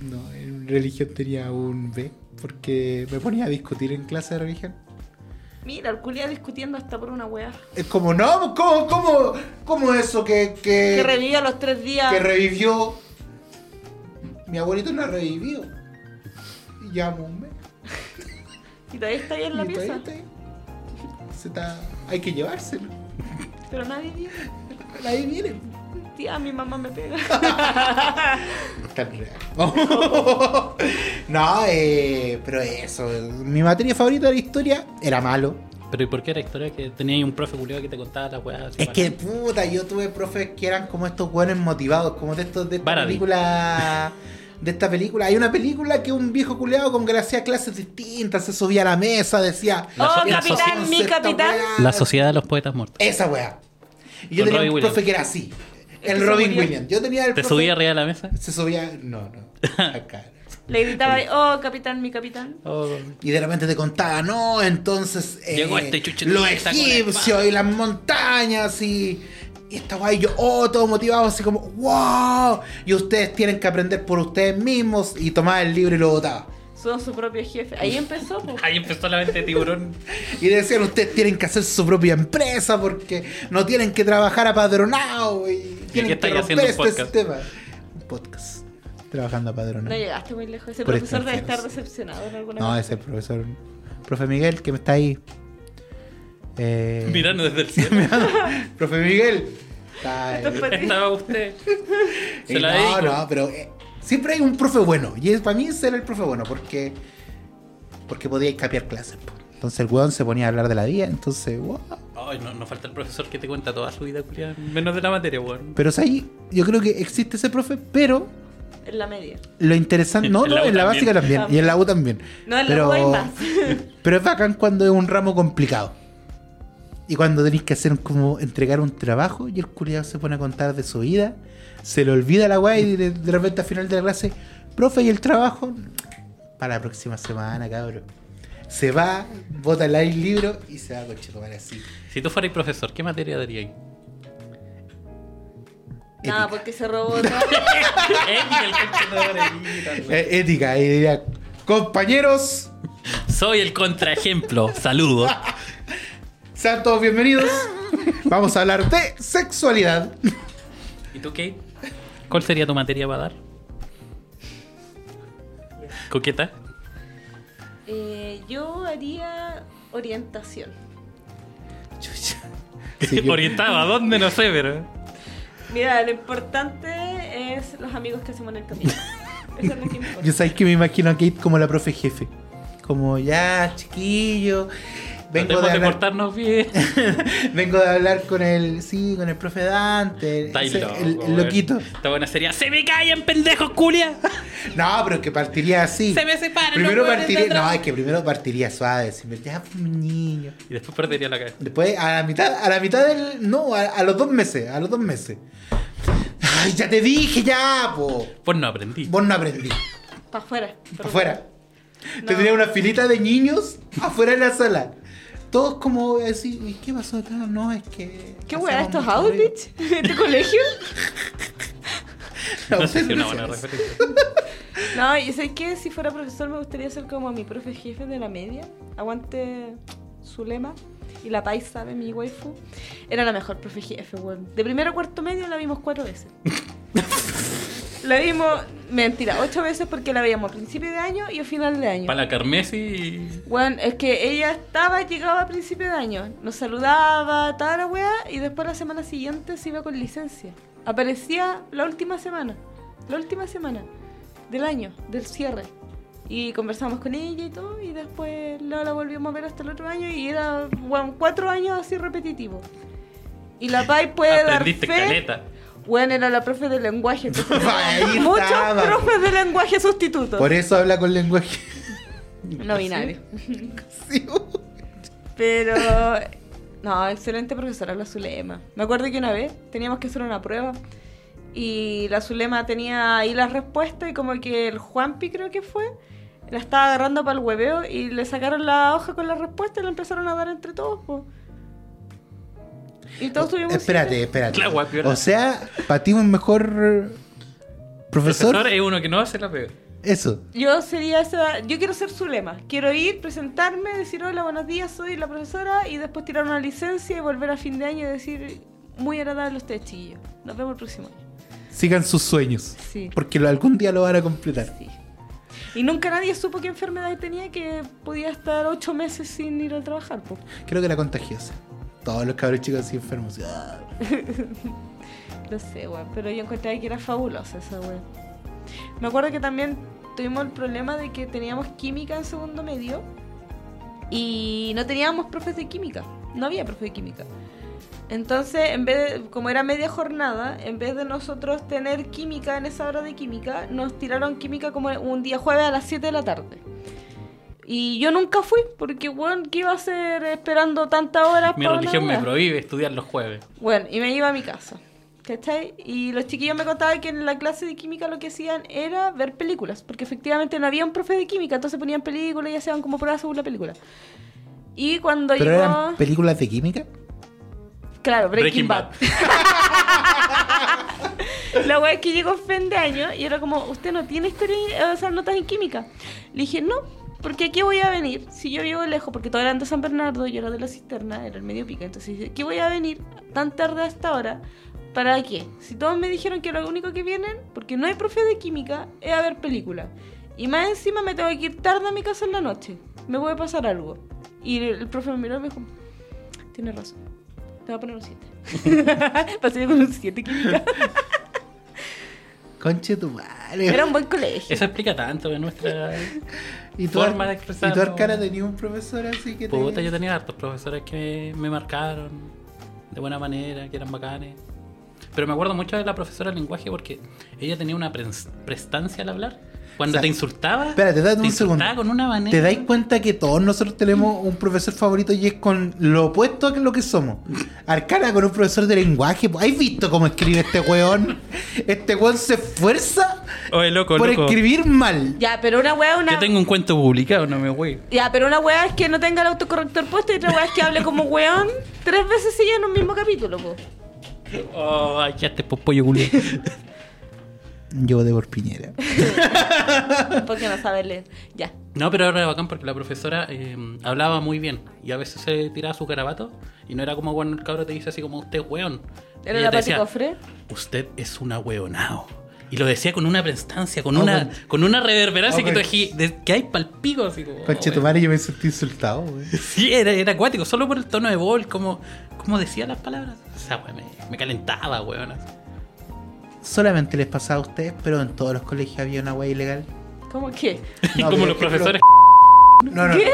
[SPEAKER 2] Ninguna.
[SPEAKER 3] No, en religión tenía un B, porque me ponía a discutir en clase de religión.
[SPEAKER 1] Mira, el culiao discutiendo hasta por una wea.
[SPEAKER 3] Es como, no, ¿cómo, cómo, cómo eso que,
[SPEAKER 1] Que
[SPEAKER 3] que,
[SPEAKER 1] revivió a los tres días.
[SPEAKER 3] Eh, que revivió? Mi abuelito la revivió. Y llevamos un mes.
[SPEAKER 1] y todavía está ahí en la
[SPEAKER 3] y todavía
[SPEAKER 1] pieza.
[SPEAKER 3] está ahí. Se está- hay que llevárselo.
[SPEAKER 1] Pero nadie viene.
[SPEAKER 3] Ahí viene.
[SPEAKER 1] Tía, mi mamá me pega.
[SPEAKER 3] Tan real. no, eh, pero eso. Mi materia favorita de la historia era malo.
[SPEAKER 2] Pero ¿y por qué era historia que tenía ahí un profe culiado que te contaba las weas? así
[SPEAKER 3] Es que
[SPEAKER 2] para-
[SPEAKER 3] puta, yo tuve profes que eran como estos hueones motivados, como de estos de esta
[SPEAKER 2] Baradi.
[SPEAKER 3] película. De esta película. Hay una película que un viejo culeado como que le hacía clases distintas, se subía a la mesa, decía.
[SPEAKER 1] Oh,
[SPEAKER 2] so-
[SPEAKER 3] "Mira,
[SPEAKER 1] capitán,
[SPEAKER 3] no sé
[SPEAKER 1] mi
[SPEAKER 3] esta
[SPEAKER 1] capitán".
[SPEAKER 3] weá".
[SPEAKER 2] La sociedad de los poetas muertos.
[SPEAKER 3] Esa weá. Y yo
[SPEAKER 2] Con
[SPEAKER 3] tenía
[SPEAKER 2] Robin
[SPEAKER 3] un
[SPEAKER 2] Williams.
[SPEAKER 3] profe que era así.
[SPEAKER 1] que
[SPEAKER 3] El
[SPEAKER 1] se
[SPEAKER 3] Robin
[SPEAKER 1] murió.
[SPEAKER 3] Williams. Yo tenía el
[SPEAKER 2] ¿Te
[SPEAKER 3] profe-
[SPEAKER 2] subí arriba de la mesa?
[SPEAKER 3] Se subía. No, no. Acá.
[SPEAKER 1] Le gritaba, oh, capitán, mi capitán.
[SPEAKER 2] Oh.
[SPEAKER 3] Y de repente te contaba, no, entonces eh,
[SPEAKER 2] Llegó este chuche
[SPEAKER 3] los
[SPEAKER 2] turista con la espada".
[SPEAKER 3] egipcios y las montañas y, y esta guay, yo, oh, todo motivado, así como, wow, y ustedes tienen que aprender por ustedes mismos y tomaba el libro y lo botaba.
[SPEAKER 1] Son su propio jefe. Ahí empezó, po.
[SPEAKER 2] Ahí empezó la mente de tiburón.
[SPEAKER 3] Y decían, ustedes tienen que hacer su propia empresa porque no tienen que trabajar apadronado y tienen que
[SPEAKER 2] estáis
[SPEAKER 3] romper
[SPEAKER 2] haciendo un
[SPEAKER 3] este
[SPEAKER 2] podcast?
[SPEAKER 3] sistema. Un podcast. trabajando a padrón.
[SPEAKER 1] No llegaste muy lejos. Ese
[SPEAKER 3] Por
[SPEAKER 1] profesor debe estar
[SPEAKER 3] extranjeros.
[SPEAKER 1] decepcionado en alguna
[SPEAKER 3] No,
[SPEAKER 1] parte.
[SPEAKER 3] ese profesor. Profe Miguel, que me está ahí. Eh,
[SPEAKER 2] Mirando desde el cielo.
[SPEAKER 3] Profe Miguel. Está ahí.
[SPEAKER 1] Esto es para ti.
[SPEAKER 2] Estaba usted.
[SPEAKER 3] Y
[SPEAKER 2] Se la
[SPEAKER 3] no,
[SPEAKER 2] dedico.
[SPEAKER 3] no, pero eh, siempre hay un profe bueno. Y es- para mí ese era el profe bueno, porque porque podía cambiar clases. po. Entonces el weón se ponía a hablar de la vida. Entonces, wow.
[SPEAKER 2] Ay, no, no falta el profesor que te cuenta toda su vida, culiao, Menos de la materia, weón.
[SPEAKER 3] Pero ¿sabes? yo creo que existe ese profe, pero
[SPEAKER 1] En la media.
[SPEAKER 3] lo interesante.
[SPEAKER 2] En-
[SPEAKER 3] No,
[SPEAKER 2] en
[SPEAKER 3] no,
[SPEAKER 2] la U
[SPEAKER 3] en la
[SPEAKER 2] también.
[SPEAKER 3] básica también. Y en la U también.
[SPEAKER 1] No, en la
[SPEAKER 3] pero,
[SPEAKER 1] U hay más.
[SPEAKER 3] pero es bacán cuando es un ramo complicado. Y cuando tenéis que hacer como entregar un trabajo y el culiado se pone a contar de su vida, se le olvida la weá y de, de repente al final de la clase, profe, ¿y el trabajo? Para la próxima semana, cabrón. Se va, bota el aire libro y se va coche tomar así.
[SPEAKER 2] Si tú fueras profesor, ¿qué materia darías?
[SPEAKER 1] Nada,
[SPEAKER 3] Ética.
[SPEAKER 1] porque se robó todo.
[SPEAKER 2] Ética, el conchetumare,
[SPEAKER 3] Eh, ética, y diría, compañeros,
[SPEAKER 2] Soy el contraejemplo. Saludos.
[SPEAKER 3] sean todos bienvenidos. Vamos a hablar de sexualidad.
[SPEAKER 2] ¿Y tú qué? ¿Cuál sería tu materia para dar? ¿Coqueta?
[SPEAKER 1] Eh, yo haría orientación.
[SPEAKER 3] Sí, yo-
[SPEAKER 2] Orientaba, ¿dónde? No sé, pero.
[SPEAKER 1] Mira, lo importante es los amigos que hacemos en el camino. Eso es lo que importa.
[SPEAKER 3] Yo sabéis que me imagino a Kate como la profe jefe. Como ya, chiquillo. Vengo
[SPEAKER 2] Tenemos
[SPEAKER 3] de,
[SPEAKER 2] que
[SPEAKER 3] hablar,
[SPEAKER 2] portarnos bien.
[SPEAKER 3] vengo de hablar con el. Sí, con el profe Dante.
[SPEAKER 2] Está ahí
[SPEAKER 3] ese-
[SPEAKER 2] loco,
[SPEAKER 3] el, el
[SPEAKER 2] weón.
[SPEAKER 3] loquito.
[SPEAKER 2] Esta buena sería. ¡Se me callan, pendejos, culia!
[SPEAKER 3] No, pero que partiría así.
[SPEAKER 2] Se me separan
[SPEAKER 3] Primero
[SPEAKER 2] los weones de
[SPEAKER 3] partiría.
[SPEAKER 2] atrás.
[SPEAKER 3] No, es que primero partiría suave. así, Ya, pues, mi niño.
[SPEAKER 2] Y después perdería la cabeza.
[SPEAKER 3] Después, a la mitad, a la mitad del. No, a, a los dos meses. A los dos meses. Ay, ya te dije, ya, po.
[SPEAKER 2] Pues no aprendí.
[SPEAKER 3] Vos no aprendí.
[SPEAKER 1] Para afuera. perdón.
[SPEAKER 3] afuera.
[SPEAKER 1] No.
[SPEAKER 3] Tendría una filita de niños afuera de la sala. Todos como así, "¿Y ¿qué pasó acá? No, es que.
[SPEAKER 1] ¿Qué
[SPEAKER 3] hacemos
[SPEAKER 1] weá estos
[SPEAKER 3] mucho ruido".
[SPEAKER 1] outfits? ¿Este colegio?
[SPEAKER 3] No,
[SPEAKER 2] No sé si es
[SPEAKER 3] ustedes
[SPEAKER 2] una
[SPEAKER 3] no
[SPEAKER 2] buena
[SPEAKER 3] saben.
[SPEAKER 2] referencia.
[SPEAKER 1] No, y sé que si fuera profesor me gustaría ser como mi profe jefe de la media. Aguante su lema. Y la paisa de mi waifu. Era la mejor profe jefe, weón. De primero a cuarto medio la vimos cuatro veces. la vimos, mentira, ocho veces porque la veíamos a principio de año y a final de año.
[SPEAKER 2] Para la carmesi y.
[SPEAKER 1] Bueno, es que ella estaba, llegaba a principio de año, nos saludaba, toda la weá, y después la semana siguiente se iba con licencia. Aparecía la última semana, la última semana del año, del cierre. Y conversamos con ella y todo, y después no la volvimos a ver hasta el otro año, y era, bueno, cuatro años así repetitivo. Y la PAI puede dar
[SPEAKER 2] Aprendiste
[SPEAKER 1] fe.
[SPEAKER 2] caleta.
[SPEAKER 1] Bueno, era la profe de lenguaje. entonces
[SPEAKER 3] Ahí
[SPEAKER 1] tenía Muchos
[SPEAKER 3] estaba.
[SPEAKER 1] profes de lenguaje sustitutos.
[SPEAKER 3] Por eso habla con lenguaje.
[SPEAKER 1] No binario.
[SPEAKER 3] Sí.
[SPEAKER 1] Pero. No, excelente profesora la Zulema. Me acuerdo que una vez teníamos que hacer una prueba y la Zulema tenía ahí la respuesta y como que el Juanpi creo que fue, la estaba agarrando para el hueveo y le sacaron la hoja con la respuesta y la empezaron a dar entre todos. po. Y todos tuvimos...
[SPEAKER 3] Espérate,
[SPEAKER 1] siete.
[SPEAKER 3] espérate.
[SPEAKER 2] La guapiola.
[SPEAKER 3] O sea, para ti un mejor profesor.
[SPEAKER 2] Profesor eh. es uno que no hace la pega.
[SPEAKER 3] Eso.
[SPEAKER 1] Yo sería esa... Yo quiero ser Zulema. Quiero ir, presentarme, decir hola, buenos días, soy la profesora y después tirar una licencia y volver a fin de año y decir muy agradable ustedes, chiquillos. Nos vemos el próximo año.
[SPEAKER 3] Sigan sus sueños.
[SPEAKER 1] Sí.
[SPEAKER 3] Porque lo- algún día lo van a completar.
[SPEAKER 1] Sí. Y nunca nadie supo qué enfermedad tenía que podía estar ocho meses sin ir a trabajar. po.
[SPEAKER 3] Creo que era contagiosa. Todos los cabros chicos así enfermos. Ah.
[SPEAKER 1] No sé, weón. Pero yo encontré que era fabulosa esa weón. Me acuerdo que también tuvimos el problema de que teníamos química en segundo medio y no teníamos profes de química. No había profe de química. Entonces, en vez de- como era media jornada, en vez de nosotros tener química en esa hora de química, nos tiraron química como un día jueves a las 7 de la tarde. Y yo nunca fui, porque, weón, ¿qué iba a hacer esperando tantas horas?
[SPEAKER 2] Mi
[SPEAKER 1] pa' una
[SPEAKER 2] religión me
[SPEAKER 1] weá?
[SPEAKER 2] prohíbe estudiar los jueves.
[SPEAKER 1] Bueno, y me iba a mi casa. ¿Cachai? Y los chiquillos me contaban que en la clase de química lo que hacían era ver películas, porque efectivamente no había un profe de química, entonces ponían películas y hacían como pruebas según la película. Y cuando
[SPEAKER 3] ¿Pero
[SPEAKER 1] llegó...
[SPEAKER 3] eran películas de química?
[SPEAKER 1] Claro,
[SPEAKER 2] Breaking
[SPEAKER 1] Breaking, Bad. La wea es que llegó fin de año y era como, usted no tiene historia, eh, o sea, notas en química. Le dije, no, porque aquí voy a venir, si yo vivo lejos, porque todos eran de San Bernardo, yo era de la cisterna, era el medio pica, entonces dije, aquí voy a venir tan tarde hasta ahora ¿Para qué? Si todos me dijeron que lo único que vienen, porque no hay profe de química, es a ver películas. Y más encima me tengo que ir tarde a mi casa en la noche. Me puede pasar algo. Y el profe me miró y me dijo, tienes razón. Te voy a poner un 7. Pasé con un 7 química.
[SPEAKER 3] Conche tu madre.
[SPEAKER 1] Era un buen colegio.
[SPEAKER 2] Eso explica tanto de nuestra.
[SPEAKER 3] y tu
[SPEAKER 2] forma
[SPEAKER 3] ar-
[SPEAKER 2] de expresarlo.
[SPEAKER 3] Y tu arcana tenía un profesor así que te-
[SPEAKER 2] Puta, yo tenía hartos profesores que me marcaron de buena manera, que eran bacanes. Pero me acuerdo mucho de la profesora de lenguaje porque ella tenía una prens- prestancia al hablar. Cuando
[SPEAKER 3] O sea,
[SPEAKER 2] te insultaba,
[SPEAKER 3] Espérate,
[SPEAKER 2] te
[SPEAKER 3] date un segundo.
[SPEAKER 2] insultaba con una manera.
[SPEAKER 3] ¿Te dais cuenta que todos nosotros tenemos un profesor favorito y es con lo opuesto a lo que somos? Arcana con un profesor de lenguaje. po. ¿Has visto cómo escribe este weón? Este weón se esfuerza
[SPEAKER 2] Oye, loco,
[SPEAKER 3] por
[SPEAKER 2] loco.
[SPEAKER 3] escribir mal.
[SPEAKER 1] Ya, pero una wea es una...
[SPEAKER 2] Yo tengo un cuento publicado, no me voy.
[SPEAKER 1] Ya, pero una wea es que no tenga el autocorrector puesto y otra wea es que hable como weón tres veces seguidas en un mismo capítulo, po.
[SPEAKER 2] Oh, ay, ya te po- pollo culiao.
[SPEAKER 3] Yo de por Piñera.
[SPEAKER 1] Porque no sabe leer. Ya.
[SPEAKER 2] No, pero era bacán porque la profesora eh, hablaba muy bien y a veces se tiraba su carabato y no era como cuando el cabro te dice así como usted es weón.
[SPEAKER 1] Era
[SPEAKER 2] Ella
[SPEAKER 1] la
[SPEAKER 2] te
[SPEAKER 1] Pati
[SPEAKER 2] decía,
[SPEAKER 1] Cofre.
[SPEAKER 2] Usted es una weonao. Y lo decía con una prestancia, con
[SPEAKER 3] Oh,
[SPEAKER 2] una
[SPEAKER 3] bueno.
[SPEAKER 2] con una reverberancia
[SPEAKER 3] Oh,
[SPEAKER 2] que, tú
[SPEAKER 3] bueno.
[SPEAKER 2] dejí- de- que hay palpico así como.
[SPEAKER 3] Conche
[SPEAKER 2] oh,
[SPEAKER 3] tu
[SPEAKER 2] weón.
[SPEAKER 3] madre, yo me sentí insultado, weón.
[SPEAKER 2] Sí, era, era acuático, solo por el tono de voz, como, como decía las palabras. O sea, weón, me, me calentaba, weón. así.
[SPEAKER 3] Solamente les pasaba a ustedes, pero en todos los colegios había una wea ilegal.
[SPEAKER 1] ¿Cómo que?
[SPEAKER 2] Y como
[SPEAKER 3] No, pero
[SPEAKER 2] los
[SPEAKER 3] es que lo-
[SPEAKER 2] profesores.
[SPEAKER 3] No, no.
[SPEAKER 1] ¿Qué?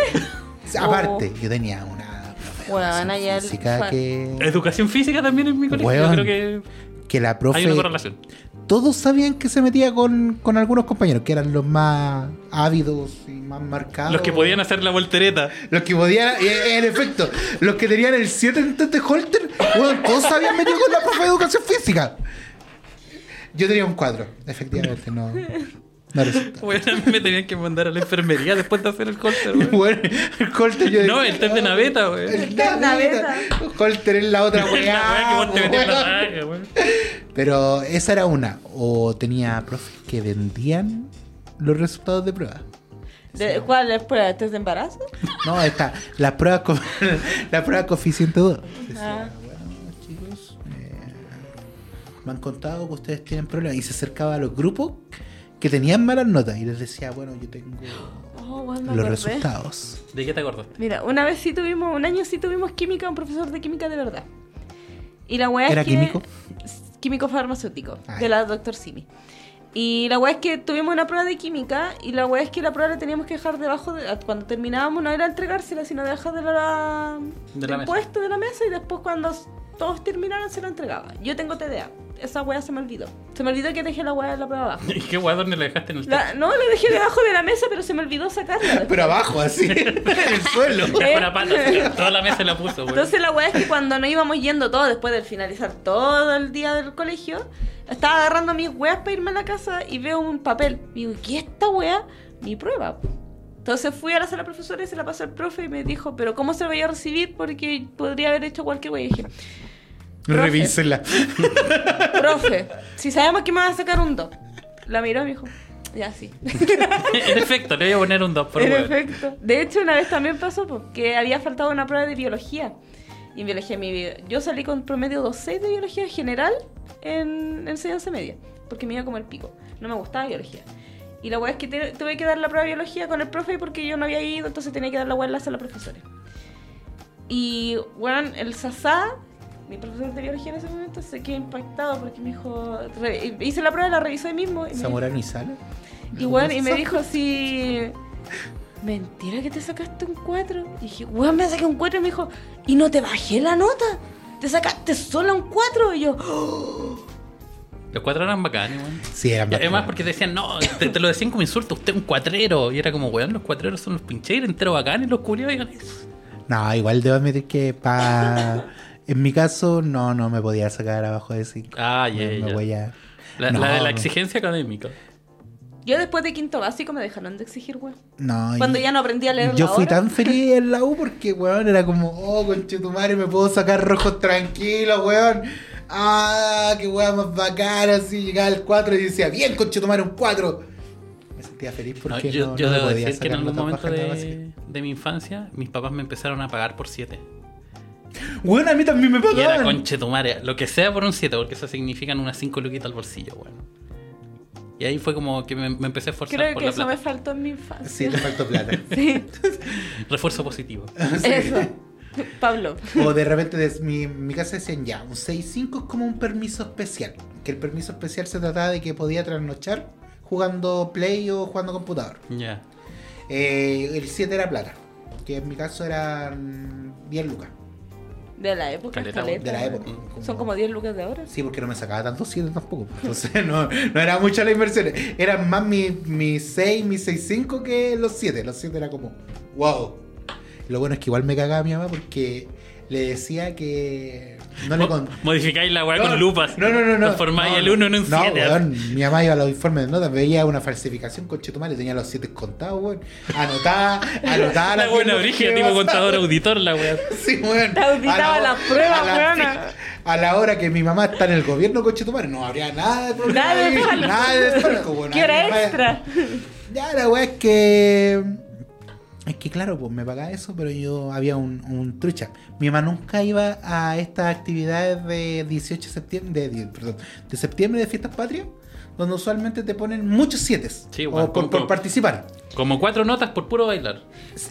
[SPEAKER 3] no. Aparte, yo tenía una profesora
[SPEAKER 1] Weón, allá el-
[SPEAKER 3] física que,
[SPEAKER 2] Educación física también en mi colegio.
[SPEAKER 3] Weón.
[SPEAKER 2] Yo creo que
[SPEAKER 3] que la profe.
[SPEAKER 2] hay una correlación.
[SPEAKER 3] todos sabían que se metía con, con algunos compañeros, que eran los más ávidos y más marcados.
[SPEAKER 2] Los que podían hacer la voltereta.
[SPEAKER 3] Los que podían, eh, en efecto, los que tenían el 7 en test de Holter, bueno, todos se habían metido con la profe de educación física. Yo tenía un cuadro, efectivamente, no, no resulta.
[SPEAKER 2] Bueno, a mí me tenían que mandar a la enfermería después de hacer el holter, weón.
[SPEAKER 3] Bueno, el Holter yo
[SPEAKER 2] No, el test de naveta, weón.
[SPEAKER 3] El test de naveta. Holter es la otra
[SPEAKER 2] La weá que
[SPEAKER 3] weá.
[SPEAKER 2] vos te metías en la
[SPEAKER 3] weón.
[SPEAKER 2] raja, weón.
[SPEAKER 3] Pero esa era una. O tenía profes que vendían los resultados de pruebas.
[SPEAKER 1] ¿De- ¿Cuál es prueba? ¿Test de embarazo?
[SPEAKER 3] No, está. La prueba, co- la prueba coeficiente 2.
[SPEAKER 1] Ah.
[SPEAKER 3] chicos, eh, me han contado que ustedes tienen problemas. Y se acercaba a los grupos que tenían malas notas. Y les decía, bueno, yo tengo
[SPEAKER 1] Oh, bueno, me
[SPEAKER 3] los
[SPEAKER 1] acordé.
[SPEAKER 3] resultados.
[SPEAKER 2] ¿De qué te acordaste?
[SPEAKER 1] Mira, una vez sí tuvimos, un año sí tuvimos química, un profesor de química de verdad. Y la weá
[SPEAKER 3] ¿Era
[SPEAKER 1] es que-
[SPEAKER 3] químico?
[SPEAKER 1] Químico farmacéutico,
[SPEAKER 3] Ah,
[SPEAKER 1] de la doctor Simi. Y la weá es que tuvimos una prueba de química y la weá es que la prueba la teníamos que dejar debajo, de, ah, cuando terminábamos no era entregársela, sino dejar de la,
[SPEAKER 2] De la
[SPEAKER 1] del
[SPEAKER 2] mesa.
[SPEAKER 1] puesto de la mesa y después cuando s- todos terminaron se la entregaba. Yo tengo TDA, esa weá se me olvidó. Se me olvidó que dejé la weá de la prueba abajo.
[SPEAKER 2] ¿Y qué guadón le dejaste en el
[SPEAKER 1] La- no, la dejé debajo de la mesa, pero se me olvidó sacarla. después.
[SPEAKER 3] Pero abajo, así, en el suelo.
[SPEAKER 2] Ya fuera pata, toda la mesa la puso, güey.
[SPEAKER 1] Entonces la weá es que cuando nos íbamos yendo todos, después de finalizar todo el día del colegio, estaba agarrando mis weas para irme a la casa y veo un papel. Y digo, ¿qué es esta weá? Mi prueba. po". Entonces fui a la sala profesora y se la pasé al profe y me dijo, pero ¿cómo se lo voy a recibir? Porque podría haber hecho cualquier weá. Y dije,
[SPEAKER 3] Revísela.
[SPEAKER 1] profe, si sabemos que me vas a sacar un 2. La miró y me dijo, ya sí.
[SPEAKER 2] En efecto, le voy a poner un 2 por
[SPEAKER 1] en
[SPEAKER 2] weón.
[SPEAKER 1] efecto. De hecho, una vez también pasó porque había faltado una prueba de biología. Y en biología, mi bio- yo salí con promedio 2.6 de biología general en enseñanza media, porque me iba como el pico. No me gustaba biología. Y la weá es que te- tuve que dar la prueba de biología con el profe porque yo no había ido, entonces tenía que dar la weá en la sala de profesores. Y, weón, el Sasá, mi profesor de biología en ese momento, se quedó impactado porque me dijo. re- hice la prueba, la revisó él mismo. Y me dijo-
[SPEAKER 3] Zamorano y Sala.
[SPEAKER 1] y, weón, y me dijo así. Mentira que te sacaste un 4. Y dije, weón, me saqué un 4. Y me dijo, y no te bajé la nota. Te sacaste solo un 4. Y yo,
[SPEAKER 2] Los cuatro eran bacanes, güey.
[SPEAKER 3] Sí, eran
[SPEAKER 2] Y además
[SPEAKER 3] bacanas.
[SPEAKER 2] porque decían, no, te, te lo decían como insulto, usted es un cuatrero. Y era como, weón, los cuatreros son los pincheiros enteros bacanes, los culiados.
[SPEAKER 3] No, igual debo admitir que pa... en mi caso, no, no me podía sacar abajo de 5.
[SPEAKER 2] Ah, ya,
[SPEAKER 3] me,
[SPEAKER 2] ya.
[SPEAKER 3] voy a...
[SPEAKER 2] La,
[SPEAKER 3] No.
[SPEAKER 2] la de la exigencia académica.
[SPEAKER 1] yo después de quinto básico me dejaron de exigir, weón.
[SPEAKER 3] No,
[SPEAKER 1] Cuando
[SPEAKER 3] y-
[SPEAKER 1] ya no aprendí a leer
[SPEAKER 3] Yo
[SPEAKER 1] la
[SPEAKER 3] fui
[SPEAKER 1] hora.
[SPEAKER 3] tan feliz en la U porque, weón, era como, oh, conchetumare, me puedo sacar rojos tranquilos, weón. Ah, qué weón más bacana, así, llegaba al 4 y decía, bien, conchetumare, un 4. Me sentía feliz
[SPEAKER 2] No,
[SPEAKER 3] porque
[SPEAKER 2] yo
[SPEAKER 3] no,
[SPEAKER 2] yo
[SPEAKER 3] no
[SPEAKER 2] debo
[SPEAKER 3] podía
[SPEAKER 2] decir que en
[SPEAKER 3] sacar
[SPEAKER 2] algún
[SPEAKER 3] notas
[SPEAKER 2] momento
[SPEAKER 3] bajas en la
[SPEAKER 2] de, de mi infancia, mis papás me empezaron a pagar por siete.
[SPEAKER 3] Weón, a mí también me
[SPEAKER 2] Y era
[SPEAKER 3] pagaban.
[SPEAKER 2] conche tu madre, lo que sea por un 7, porque eso significan unas 5 luquitas al bolsillo, weón. Y ahí fue como que me, me empecé a esforzar
[SPEAKER 1] Creo
[SPEAKER 2] por
[SPEAKER 1] que
[SPEAKER 2] la
[SPEAKER 1] eso me
[SPEAKER 2] plata.
[SPEAKER 1] faltó en mi
[SPEAKER 3] Sí,
[SPEAKER 1] infancia.
[SPEAKER 3] te faltó plata.
[SPEAKER 1] Sí,
[SPEAKER 2] Refuerzo positivo.
[SPEAKER 3] Sí.
[SPEAKER 1] eso. Pablo.
[SPEAKER 3] O de repente des- mi, mi casa decían ya, un 6-5 es como un permiso especial. Que el permiso especial se trataba de que podía trasnochar jugando play o jugando computador.
[SPEAKER 2] Ya.
[SPEAKER 3] Eh, el 7 era plata, que en mi caso eran 10 lucas
[SPEAKER 1] De la época.
[SPEAKER 2] Caleta,
[SPEAKER 1] caleta.
[SPEAKER 3] de la época.
[SPEAKER 1] Son como 10 lucas de ahora.
[SPEAKER 3] Sí, porque no me sacaba tantos 7 tampoco. pues, Entonces no, no era mucha la inversión. Eran más mi, mi 6, mi 6-5 que los 7. Los 7 era como, wow. Lo bueno es que igual me cagaba mi mamá porque le decía que no le
[SPEAKER 2] Mo-
[SPEAKER 3] con,
[SPEAKER 2] Modificáis la weá
[SPEAKER 3] No,
[SPEAKER 2] con lupas.
[SPEAKER 3] No, no, no. no
[SPEAKER 2] Transformáis
[SPEAKER 3] No,
[SPEAKER 2] el 1 en un
[SPEAKER 3] No,
[SPEAKER 2] 7.
[SPEAKER 3] weón, mi mamá iba a los informes de notas, veía una falsificación, coche tu madre, tenía los 7 contados, weón. Anotaba, anotaba.
[SPEAKER 2] la
[SPEAKER 3] las
[SPEAKER 2] buena
[SPEAKER 3] mismas
[SPEAKER 2] origen, tipo
[SPEAKER 3] que me pasaban.
[SPEAKER 2] contador auditor, la weá.
[SPEAKER 3] Sí, weón.
[SPEAKER 1] Te auditaba
[SPEAKER 3] A la-
[SPEAKER 1] las pruebas,
[SPEAKER 3] a la-
[SPEAKER 1] weona.
[SPEAKER 3] A la hora que mi mamá está en el gobierno, coche tu madre, no habría nada de problema.
[SPEAKER 1] Nada de
[SPEAKER 3] ahí,
[SPEAKER 1] palo.
[SPEAKER 3] Nada de desfalco, weón.
[SPEAKER 1] ¿Qué hora
[SPEAKER 3] Mi mamá-
[SPEAKER 1] extra?
[SPEAKER 3] Ya, la weá es que. Es que claro, pues me pagaba eso, pero yo había un, un trucha. Mi mamá nunca iba a estas actividades de 18 de septiembre, de, die- perdón, de septiembre de fiestas patrias, donde usualmente te ponen muchos siete
[SPEAKER 2] Sí,
[SPEAKER 3] o
[SPEAKER 2] bueno,
[SPEAKER 3] por,
[SPEAKER 2] como-
[SPEAKER 3] por participar.
[SPEAKER 2] Como cuatro notas por puro bailar.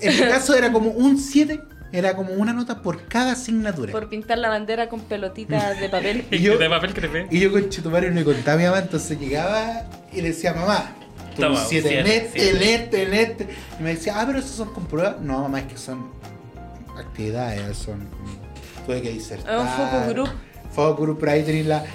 [SPEAKER 3] En mi caso era como un 7, era como una nota por cada asignatura.
[SPEAKER 1] Por pintar la bandera con pelotitas de papel.
[SPEAKER 3] Y yo-
[SPEAKER 2] de papel que te ve.
[SPEAKER 3] Y yo con Chetumario le contaba a mi mamá, entonces llegaba y le decía, mamá, tú
[SPEAKER 2] Toma,
[SPEAKER 3] siete en
[SPEAKER 2] siete,
[SPEAKER 3] este, en este, en este. Y me decía, ah, pero esos son con pruebas. No, mamá, es que son actividades, son. Tuve que disertar.
[SPEAKER 1] Es un focus group.
[SPEAKER 3] Focus group, pero ahí tenéis la,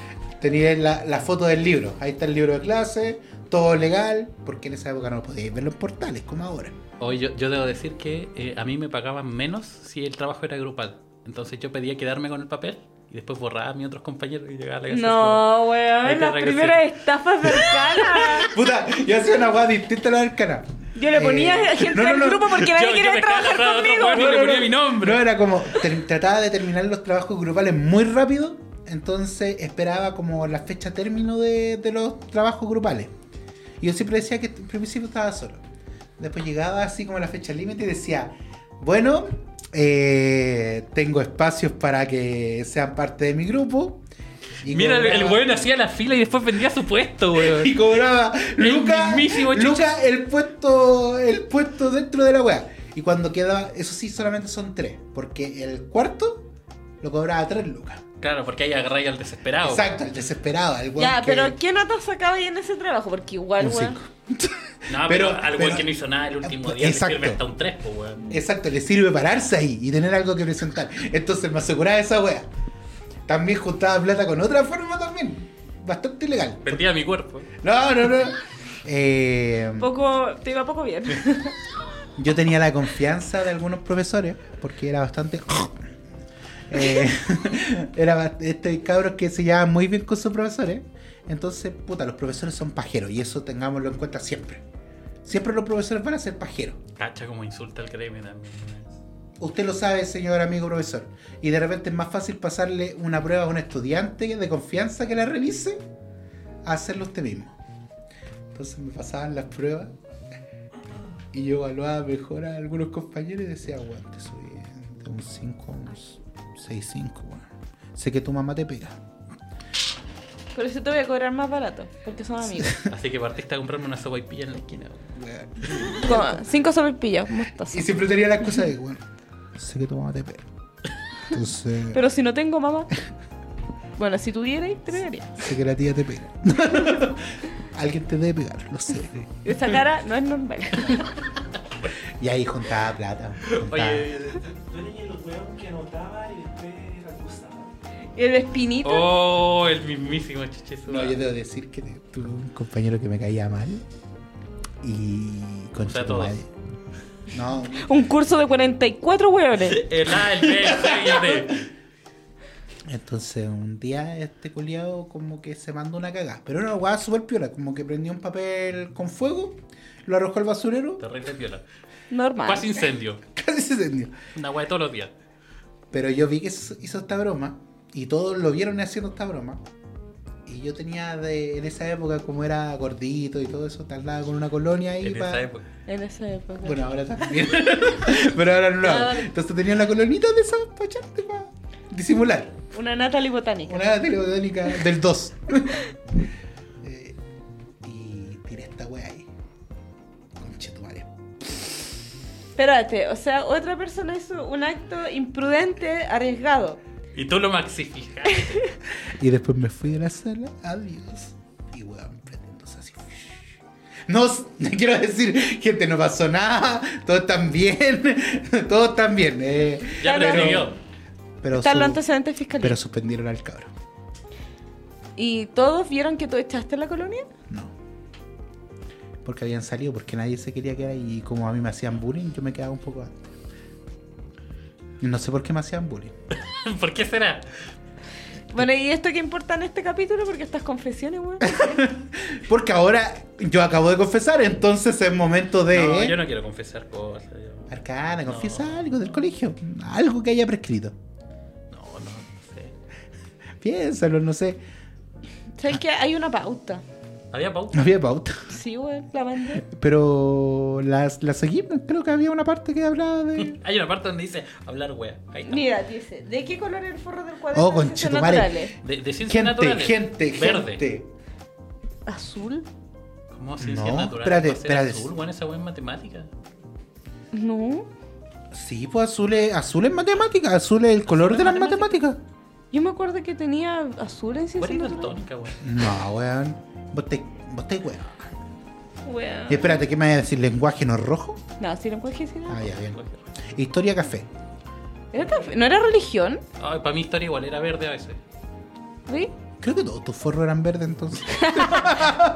[SPEAKER 3] tenéis la, la foto del libro. Ahí está el libro de clase, todo legal, porque en esa época no podíais ver los portales como ahora.
[SPEAKER 2] Hoy yo, yo debo decir que eh, a mí me pagaban menos si el trabajo era grupal. Entonces yo pedía quedarme con el papel y después borraba a mis otros compañeros y llegaba a la casa.
[SPEAKER 1] No,
[SPEAKER 2] Hay
[SPEAKER 1] weón,
[SPEAKER 2] que
[SPEAKER 1] las
[SPEAKER 2] regresar.
[SPEAKER 1] primeras estafas cercanas.
[SPEAKER 3] Puta, yo hacía una guada distinta a la del canal.
[SPEAKER 1] Yo le ponía
[SPEAKER 3] Eh,
[SPEAKER 1] gente
[SPEAKER 3] no, no,
[SPEAKER 1] al
[SPEAKER 3] no.
[SPEAKER 1] grupo porque
[SPEAKER 2] Yo,
[SPEAKER 1] nadie
[SPEAKER 2] yo
[SPEAKER 1] quería
[SPEAKER 2] me
[SPEAKER 1] trabajar
[SPEAKER 2] cagaba a otro
[SPEAKER 1] conmigo.
[SPEAKER 2] weón y le ponía mi nombre.
[SPEAKER 3] No, era como, ter- trataba de terminar los trabajos grupales muy rápido, entonces esperaba como la fecha término de, de los trabajos grupales. Y yo siempre decía que en principio estaba solo. Después llegaba así como la fecha límite y decía, bueno, eh, tengo espacios para que sean parte de mi grupo. Y
[SPEAKER 2] Mira, el, el
[SPEAKER 3] cobraba-
[SPEAKER 2] weón hacía la fila y después vendía su puesto,
[SPEAKER 3] Y
[SPEAKER 2] weón.
[SPEAKER 3] cobraba
[SPEAKER 2] El
[SPEAKER 3] Luca,
[SPEAKER 2] mismísimo Chicho.
[SPEAKER 3] Luca el puesto el puesto dentro de la wea. Y cuando quedaba, eso sí, solamente son tres. Porque el cuarto lo cobraba tres lucas.
[SPEAKER 2] Claro, porque ahí agarráis al desesperado.
[SPEAKER 3] Exacto, el desesperado, el weón
[SPEAKER 1] Ya,
[SPEAKER 3] que-
[SPEAKER 1] pero ¿qué notas sacaba ahí en ese trabajo? Porque igual,
[SPEAKER 3] un
[SPEAKER 1] weón.
[SPEAKER 3] cinco.
[SPEAKER 2] No, pero,
[SPEAKER 3] Pero-
[SPEAKER 2] al weón
[SPEAKER 3] pero-
[SPEAKER 2] que no hizo nada el último día
[SPEAKER 3] Exacto. Eh,
[SPEAKER 2] le sirve hasta un 3, pues, weón.
[SPEAKER 3] Exacto, le sirve pararse ahí y tener algo que presentar. Entonces me aseguraba esa wea. También juntaba plata con otra forma también. Bastante ilegal.
[SPEAKER 2] Vendía mi cuerpo.
[SPEAKER 3] No, no, no. Eh,
[SPEAKER 1] Poco, te iba poco bien.
[SPEAKER 3] Yo tenía la confianza de algunos profesores porque era bastante. Eh, era ba- este cabros que se llevaban muy bien con sus profesores. Entonces, puta, los profesores son pajeros y eso tengámoslo en cuenta siempre. Siempre los profesores van a ser pajeros.
[SPEAKER 2] Cacha como insulta al gremio también. weón.
[SPEAKER 3] Usted lo sabe, señor amigo profesor. Y de repente es más fácil pasarle una prueba a un estudiante de confianza que la revise a hacerlo usted mismo. Entonces me pasaban las pruebas y yo evaluaba mejor a algunos compañeros y decía, weón, te subí de un 5 a un 6, 5, weón. Sé que tu mamá te pega.
[SPEAKER 1] Por eso te voy a cobrar más barato, porque somos amigos.
[SPEAKER 2] Así que partiste a comprarme una sopa y pilla en la esquina. weón.
[SPEAKER 3] weón".
[SPEAKER 1] Con cinco sobrepillas, mostaza.
[SPEAKER 3] Y siempre tenía la excusa de, weón, sé que tu mamá te pega. Entonces,
[SPEAKER 1] Pero si no tengo mamá. Bueno, si tuviera, te pegaría.
[SPEAKER 3] sé que la tía te pega. Alguien te debe pegar, no sé.
[SPEAKER 1] Esa cara no es normal.
[SPEAKER 3] Y ahí juntaba plata. juntaba.
[SPEAKER 2] Oye,
[SPEAKER 4] Yo tenía los huevos que anotaba y después acusaba.
[SPEAKER 1] Y el espinito.
[SPEAKER 2] oh, el mismísimo chichezo.
[SPEAKER 3] No, yo debo decir que tuve un compañero que me caía mal. Y. Con
[SPEAKER 2] O sea, todos.
[SPEAKER 3] No,
[SPEAKER 1] Un curso de 44 hueones.
[SPEAKER 2] El A, el B, el C y el D.
[SPEAKER 3] entonces un día este culiado como que se mandó una cagada. Pero era una guada súper piola, como que prendió un papel con fuego, lo arrojó al basurero,
[SPEAKER 2] Terrible viola.
[SPEAKER 1] Normal.
[SPEAKER 2] Casi incendio.
[SPEAKER 3] casi se encendió.
[SPEAKER 2] Una weá de todos los días.
[SPEAKER 3] Pero yo vi que hizo hizo esta broma y todos lo vieron haciendo esta broma. Y yo tenía de, en esa época, como era gordito y todo eso, tardaba con una colonia ahí
[SPEAKER 2] En
[SPEAKER 3] pa-
[SPEAKER 2] esa época.
[SPEAKER 1] En esa época.
[SPEAKER 3] Bueno, ahora también. Pero ahora no lo hago.
[SPEAKER 1] Ah, vale.
[SPEAKER 3] Entonces tenía la colonita de esas para echarte para disimular.
[SPEAKER 1] Una Natalie botánica.
[SPEAKER 3] Una teleodánica del 2. Eh, y tiré esta wea ahí. Conchetumare.
[SPEAKER 1] Espérate, o sea, otra persona hizo un acto imprudente, arriesgado.
[SPEAKER 2] Y tú lo maxifijas.
[SPEAKER 3] Y después me fui de la sala. Adiós. Y weón, prendiéndose así. No, s- quiero decir, gente, no pasó nada. Todos están bien. Todos están bien. eh,
[SPEAKER 2] Ya
[SPEAKER 1] Claro.
[SPEAKER 2] prescribió.
[SPEAKER 3] pero,
[SPEAKER 1] Están
[SPEAKER 3] su-
[SPEAKER 1] los antecedentes fiscales.
[SPEAKER 3] pero suspendieron al cabrón.
[SPEAKER 1] ¿Y todos vieron que tú echaste la colonia?
[SPEAKER 3] No. Porque habían salido, porque nadie se quería quedar ahí. Y como a mí me hacían bullying, yo me quedaba un poco antes. Y No sé por qué me hacían bullying.
[SPEAKER 2] ¿Por qué será?
[SPEAKER 1] Bueno, ¿y esto qué importa en este capítulo? Porque estas confesiones, weón.
[SPEAKER 3] Porque ahora yo acabo de confesar, entonces es momento de.
[SPEAKER 2] No, yo no quiero confesar cosas. yo-
[SPEAKER 3] Arcana,
[SPEAKER 2] No.
[SPEAKER 3] confiesa algo del colegio. Algo que haya prescrito.
[SPEAKER 2] No, no, no sé.
[SPEAKER 3] Piénsalo, no sé.
[SPEAKER 1] ¿Sabes que Hay una pauta.
[SPEAKER 2] Había pauta.
[SPEAKER 3] No había pauta.
[SPEAKER 1] Sí, weón, la mandé.
[SPEAKER 3] Pero las la seguimos. Creo que había una parte que hablaba de.
[SPEAKER 2] Hay una parte donde dice hablar wea. Ahí está.
[SPEAKER 1] Mira, dice, ¿de qué color es el forro del cuaderno
[SPEAKER 3] Oh,
[SPEAKER 1] de ciencias
[SPEAKER 3] conchetumare.
[SPEAKER 1] naturales?
[SPEAKER 2] De, de ciencias
[SPEAKER 3] Gente,
[SPEAKER 2] naturales.
[SPEAKER 3] gente,
[SPEAKER 2] Verde.
[SPEAKER 3] gente.
[SPEAKER 1] ¿Azul?
[SPEAKER 2] ¿Cómo ciencias
[SPEAKER 3] No,
[SPEAKER 2] naturales?
[SPEAKER 3] espérate,
[SPEAKER 2] ¿Va a ser
[SPEAKER 3] espérate.
[SPEAKER 2] Azul, bueno, esa wea es matemática.
[SPEAKER 1] No.
[SPEAKER 3] Sí, pues azul es, azul es matemática. Azul es el color de las matemáticas.
[SPEAKER 1] Yo me acuerdo que tenía azul en
[SPEAKER 2] Wea
[SPEAKER 1] ciencias naturales.
[SPEAKER 2] tónica, wea.
[SPEAKER 3] No, weón. Vos te, vos te weón.
[SPEAKER 1] Weón.
[SPEAKER 3] Y espérate, ¿qué me vas a decir? ¿Lenguaje no es rojo?
[SPEAKER 1] No, si lo encuentro sí, no.
[SPEAKER 3] Ah, ya, bien. Historia café.
[SPEAKER 1] ¿Era café? ¿No era religión?
[SPEAKER 2] Ay, para mí historia igual era verde a veces.
[SPEAKER 1] ¿Sí?
[SPEAKER 3] Creo que todos tus forros eran verdes entonces.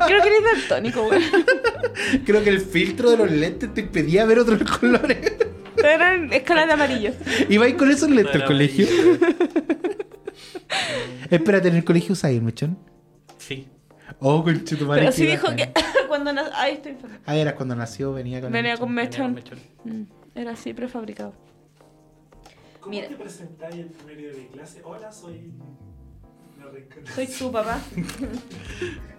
[SPEAKER 1] Creo que eres daltónico, weón.
[SPEAKER 3] Creo que el filtro de los lentes te impedía ver otros colores.
[SPEAKER 1] Eran escalas de amarillo.
[SPEAKER 3] ¿Y vais con esos lentes al
[SPEAKER 2] Era
[SPEAKER 3] colegio?
[SPEAKER 2] amarillo.
[SPEAKER 3] Espérate, ¿en el colegio usáis el mechón?
[SPEAKER 2] Sí.
[SPEAKER 3] Oh, conchito
[SPEAKER 1] Pero sí dijo que cuando nació. Ay, estoy enferma.
[SPEAKER 3] Ah, eras cuando nació, venía con el
[SPEAKER 1] Venía
[SPEAKER 3] mechón.
[SPEAKER 1] con mechón.
[SPEAKER 2] mechón.
[SPEAKER 1] Mm, Era así prefabricado.
[SPEAKER 4] ¿Cómo
[SPEAKER 1] Mira.
[SPEAKER 4] te presentáis el primer día de clase? Hola, soy. La
[SPEAKER 1] Soy
[SPEAKER 4] reencarnación.
[SPEAKER 1] tu papá.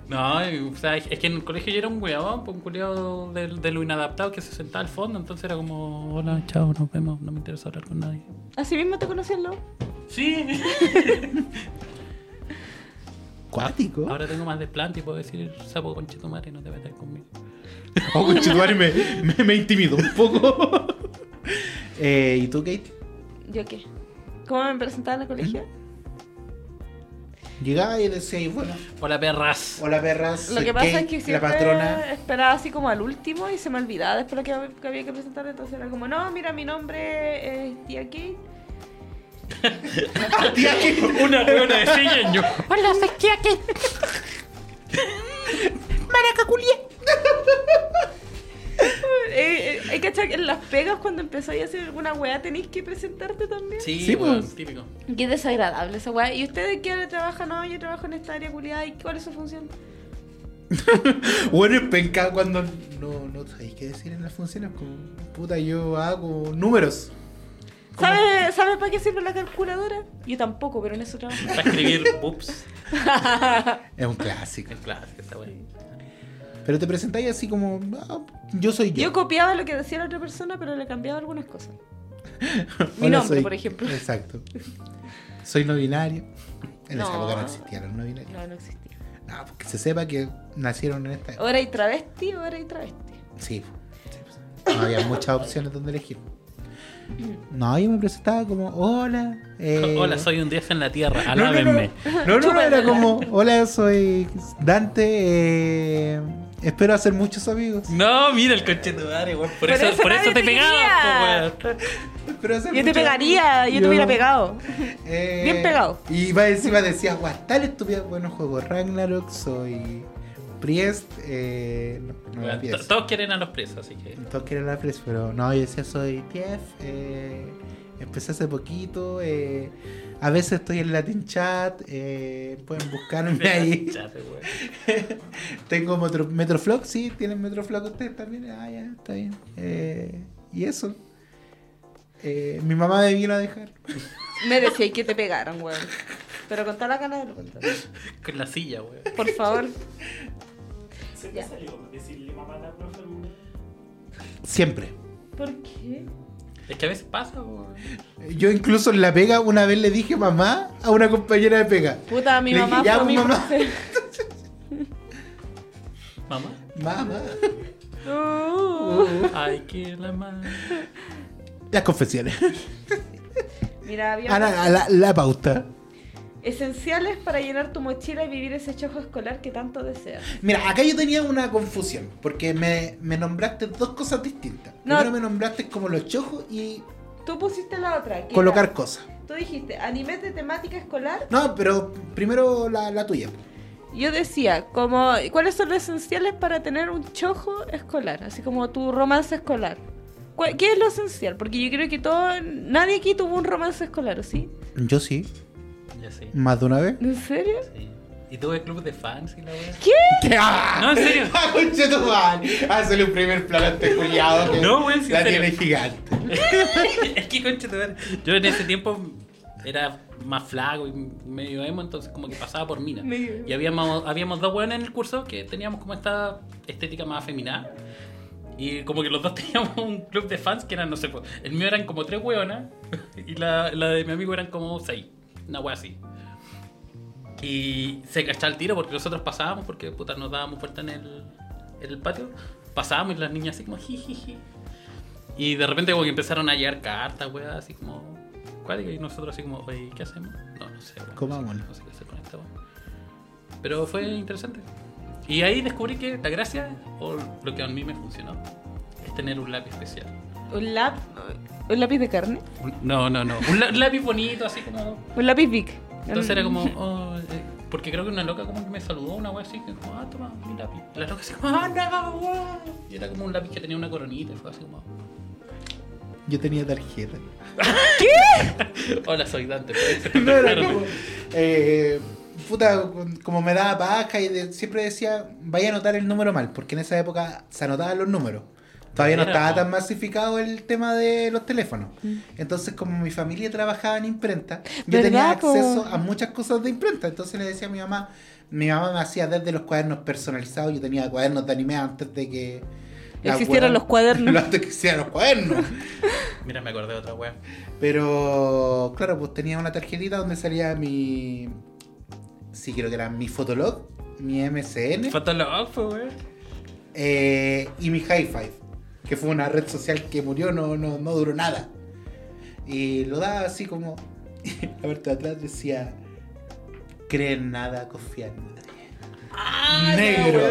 [SPEAKER 2] No, y, o sea, es que en el colegio yo era un weón, un culiado de, de lo inadaptado que se sentaba al fondo, entonces era como, hola, chao, nos vemos, no me interesa hablar con nadie.
[SPEAKER 1] Así mismo te conocí en LOL.
[SPEAKER 2] Sí,
[SPEAKER 3] Cuático.
[SPEAKER 2] ahora tengo más desplante y puedo decir sapo conchetumare, no te metas conmigo.
[SPEAKER 3] Oh, conchetumare, me, me, me intimidó un poco. eh, ¿Y tú, Kate?
[SPEAKER 1] ¿Yo qué? ¿Cómo me presentaba en el colegio?
[SPEAKER 3] Llegaba y decía, bueno,
[SPEAKER 2] Hola, perras.
[SPEAKER 3] hola perras.
[SPEAKER 1] Lo
[SPEAKER 3] soy
[SPEAKER 1] que pasa
[SPEAKER 3] Kate,
[SPEAKER 1] es que
[SPEAKER 3] La
[SPEAKER 1] siempre
[SPEAKER 3] patrona.
[SPEAKER 1] esperaba así como al último y se me olvidaba después lo que, que había que presentar. Entonces era como, no, mira, mi nombre es Tía Kate.
[SPEAKER 3] Tía Kate.
[SPEAKER 2] Una weona de silla, yo.
[SPEAKER 1] Hola, soy Tía Kate.
[SPEAKER 3] Maraca culia.
[SPEAKER 1] Eh, eh, hay que achar que en las pegas cuando empezáis a hacer alguna weá tenéis que presentarte también.
[SPEAKER 2] Sí,
[SPEAKER 3] Sí,
[SPEAKER 2] weón,
[SPEAKER 3] pues.
[SPEAKER 2] típico.
[SPEAKER 1] Qué desagradable esa weá. ¿Y ustedes qué hora trabajan? No, yo trabajo en esta área culiada. ¿Y cuál es su función?
[SPEAKER 3] Bueno, es penca cuando no, no sabéis qué decir en las funciones. Como, puta, yo hago números. ¿Cómo?
[SPEAKER 1] ¿Sabe, ¿Sabe para qué sirve la calculadora? Yo tampoco, pero en eso trabajo.
[SPEAKER 2] Para escribir ups
[SPEAKER 3] Es un clásico.
[SPEAKER 2] en clase, esa wea.
[SPEAKER 3] Pero te presentáis así como, ah, yo soy yo.
[SPEAKER 1] Yo copiaba lo que decía la otra persona, pero le cambiaba algunas cosas. Mi
[SPEAKER 3] Hola,
[SPEAKER 1] nombre,
[SPEAKER 3] soy-
[SPEAKER 1] por ejemplo.
[SPEAKER 3] Exacto. Soy no binario. En esa
[SPEAKER 1] No.
[SPEAKER 3] época no existían los no binarios.
[SPEAKER 1] No, no existía.
[SPEAKER 3] Ah, porque se sepa que nacieron en esta época.
[SPEAKER 1] Ahora hay travesti, ahora hay travesti.
[SPEAKER 3] Sí. sí, pues. No había muchas opciones donde elegir.
[SPEAKER 1] Mm.
[SPEAKER 3] No, yo me presentaba como, hola. eh,
[SPEAKER 2] Hola, soy un 10 en la tierra,
[SPEAKER 3] No, no, no.
[SPEAKER 2] alábenme.
[SPEAKER 3] No, no, no, era
[SPEAKER 1] Chúpamela.
[SPEAKER 3] como, hola, soy Dante, eh, espero hacer muchos amigos.
[SPEAKER 2] No, mira el conchetumare, weón. Por
[SPEAKER 1] Pero
[SPEAKER 2] eso,
[SPEAKER 1] eso
[SPEAKER 2] por eso
[SPEAKER 1] nadie
[SPEAKER 2] te
[SPEAKER 1] te
[SPEAKER 2] pegaba,
[SPEAKER 1] quería.
[SPEAKER 2] po, weón.
[SPEAKER 3] Espero hacer
[SPEAKER 1] Yo te
[SPEAKER 3] muchos-
[SPEAKER 1] pegaría, yo te hubiera pegado.
[SPEAKER 3] eh,
[SPEAKER 1] Bien pegado.
[SPEAKER 3] Y va encima decías, guastal estúpida, bueno, juego Ragnarok, soy Priest, eh, no, no era
[SPEAKER 2] Weón, to-
[SPEAKER 3] Priest.
[SPEAKER 2] Todos quieren a los presos, así que.
[SPEAKER 3] Todos quieren la Priest, pero no, yo decía, soy Tief, eh, empecé hace poquito, eh, a veces estoy en Latin Chat, eh, pueden buscarme ahí.
[SPEAKER 2] Ya sé, weón.
[SPEAKER 3] Tengo Metro, Metroflog, sí, tienen Metroflog ustedes también. Ah, ya, está bien. Eh, y eso. Eh, mi mamá me vino a dejar.
[SPEAKER 1] Me decía que te pegaran, weón. Pero con toda la ganas de lo contar.
[SPEAKER 2] Con la silla, weón.
[SPEAKER 1] Por favor.
[SPEAKER 4] ¿Se te
[SPEAKER 1] Ya.
[SPEAKER 4] salió decirle mamá a la profe alguna vez?
[SPEAKER 3] Siempre.
[SPEAKER 1] ¿Por qué?
[SPEAKER 2] Es Es que a veces pasa, po.
[SPEAKER 3] Eh, Yo incluso en la pega una vez le dije mamá a una compañera de pega.
[SPEAKER 1] Puta, mi
[SPEAKER 3] Le dije,
[SPEAKER 1] mamá
[SPEAKER 3] ya,
[SPEAKER 1] fue mi
[SPEAKER 3] mamá.
[SPEAKER 1] profe.
[SPEAKER 2] Mamá.
[SPEAKER 3] Mamá.
[SPEAKER 1] No.
[SPEAKER 2] Ay, que la madre.
[SPEAKER 3] Las confesiones.
[SPEAKER 1] Mira, había
[SPEAKER 3] Ahora, a la, la pauta.
[SPEAKER 1] esenciales para llenar tu mochila y vivir ese chojo escolar que tanto deseas.
[SPEAKER 3] Mira, acá yo tenía una confusión, porque me, me nombraste dos cosas distintas.
[SPEAKER 1] No.
[SPEAKER 3] Primero me nombraste como los chojos y
[SPEAKER 1] Tú pusiste la otra. que
[SPEAKER 3] colocar
[SPEAKER 1] era-
[SPEAKER 3] cosas.
[SPEAKER 1] Tú dijiste anime de temática escolar.
[SPEAKER 3] No, pero primero la, la tuya.
[SPEAKER 1] Yo decía, como, ¿cuáles son los esenciales para tener un chojo escolar? Así como tu romance escolar. ¿Cuál- ¿Qué es lo esencial? Porque yo creo que todo, nadie aquí tuvo un romance escolar, ¿o ¿sí?
[SPEAKER 3] Yo sí,
[SPEAKER 2] Ya sé.
[SPEAKER 3] más de una vez.
[SPEAKER 1] ¿En serio?
[SPEAKER 2] Sí. Y tuve club de fans y la wea.
[SPEAKER 3] ¿Qué?
[SPEAKER 2] No, en serio.
[SPEAKER 3] ¡Ah, conche tu madre! Hazle un primer plano a este culiado que
[SPEAKER 2] No, güey, sí,
[SPEAKER 3] la
[SPEAKER 2] en serio.
[SPEAKER 3] tiene gigante.
[SPEAKER 2] es que concha tu madre. Yo en ese tiempo era más flaco y medio emo, entonces como que pasaba por mina.
[SPEAKER 1] Medio emo.
[SPEAKER 2] Y habíamos, habíamos dos hueones en el curso que teníamos como esta estética más afeminada. Y como que los dos teníamos un club de fans que eran, no sé, pues, el mío eran como tres hueonas y la, la de mi amigo eran como seis. Una hueá así. Y se cachaba el tiro porque nosotros pasábamos, porque puta nos dábamos vuelta en el, en el patio. Pasábamos y las niñas así como jijiji. Y de repente como que empezaron a llegar cartas, weá, así como... ¿Cuál? Y nosotros así como, oye, ¿qué hacemos? No, no sé. weá,
[SPEAKER 3] Comámoslo.
[SPEAKER 2] No sé qué hacer con esta weá. Pero fue interesante. Y ahí descubrí que la gracia, o lo que a mí me funcionó, es tener un lápiz especial.
[SPEAKER 1] ¿Un, lap, ¿Un lápiz de carne?
[SPEAKER 2] Un- no, no, no. Un la- lápiz bonito, así como
[SPEAKER 1] ¿Un lápiz big?
[SPEAKER 2] entonces era como, oh, eh, porque creo que una loca como que me saludó, una wea así, que como, ah, toma mi lápiz. Y La loca así como, ah, no, wow. Y era como un lápiz que tenía una coronita y fue así como,
[SPEAKER 3] Yo tenía tarjeta.
[SPEAKER 2] hola, soy este Dante. puede ser que
[SPEAKER 3] No
[SPEAKER 2] te
[SPEAKER 3] era
[SPEAKER 2] fueron.
[SPEAKER 3] como. eh, puta, como me daba paja y de- siempre decía, vaya a anotar el número mal, porque en esa época se anotaban los números. Todavía no
[SPEAKER 2] Era,
[SPEAKER 3] estaba
[SPEAKER 2] po.
[SPEAKER 3] tan masificado el tema de los teléfonos. Entonces, como mi familia trabajaba en imprenta, yo tenía
[SPEAKER 1] Mm. ¿Verdad, po?
[SPEAKER 3] acceso a muchas cosas de imprenta. Entonces le decía a mi mamá, mi mamá me hacía desde los cuadernos personalizados, yo tenía cuadernos de anime antes de que... la
[SPEAKER 1] Existieran
[SPEAKER 3] wea-
[SPEAKER 1] los cuadernos.
[SPEAKER 3] antes que existieran los cuadernos.
[SPEAKER 2] Mira, me acordé de otra wea.
[SPEAKER 3] Pero, claro, pues tenía una tarjetita donde salía mi. Sí, creo que era mi Fotolog, mi MCN
[SPEAKER 2] Faltan los ojos, wea.
[SPEAKER 3] eh, y mi High Five, que fue una red social que murió, no, no, no duró nada. Y lo daba así como. La parte de atrás decía: Cree en nada, confía en nadie.
[SPEAKER 2] Ah,
[SPEAKER 3] Negro,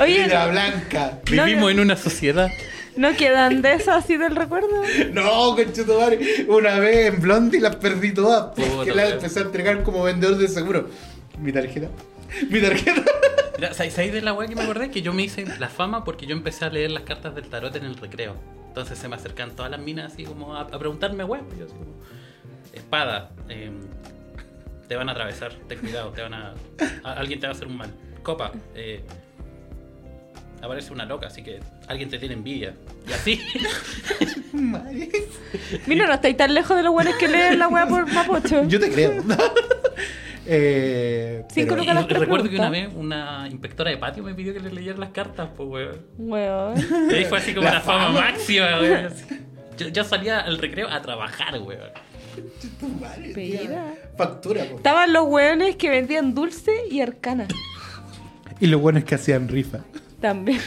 [SPEAKER 1] Oye,
[SPEAKER 3] vida
[SPEAKER 1] no-
[SPEAKER 3] blanca.
[SPEAKER 1] No,
[SPEAKER 2] Vivimos
[SPEAKER 1] no.
[SPEAKER 2] en una sociedad.
[SPEAKER 1] ¿No quedan de esas así del recuerdo?
[SPEAKER 3] No, conchetumare. Una vez en Blondie las perdí todas. Porque
[SPEAKER 2] Puta,
[SPEAKER 3] las
[SPEAKER 2] weón.
[SPEAKER 3] empecé a entregar como vendedor de seguro. Mi tarjeta. Mi tarjeta.
[SPEAKER 2] Mira, ¿sabes sabes de la wea que me acordé? Que yo me hice la fama porque yo empecé a leer las cartas del tarot en el recreo. Entonces se me acercan todas las minas así como a, a preguntarme wea. Yo así como, espada, eh, te van a atravesar, ten cuidado, te van a, a- alguien te va a hacer un mal. Copa, eh, aparece una loca, así que alguien te tiene envidia. Y así,
[SPEAKER 3] Madre.
[SPEAKER 1] Mira, no estáis tan lejos de los buenos que leen la weá por Mapocho.
[SPEAKER 3] Yo te creo. eh,
[SPEAKER 1] Sí,
[SPEAKER 3] pero-
[SPEAKER 2] Y
[SPEAKER 1] Nunca las
[SPEAKER 2] recuerdo que
[SPEAKER 1] preguntas.
[SPEAKER 2] una vez una inspectora de patio me pidió que le leyera las cartas, pues weón.
[SPEAKER 1] Weón.
[SPEAKER 2] Y ahí fue así como
[SPEAKER 3] La
[SPEAKER 2] la, fama,
[SPEAKER 3] fama.
[SPEAKER 2] máxima, güey. Así. Yo, yo salía al recreo a trabajar, güey.
[SPEAKER 3] Madre,
[SPEAKER 1] Mira.
[SPEAKER 3] tía. Factura, po.
[SPEAKER 1] Estaban los weones que vendían dulce y arcana.
[SPEAKER 3] Y lo bueno es que hacían rifa.
[SPEAKER 1] También.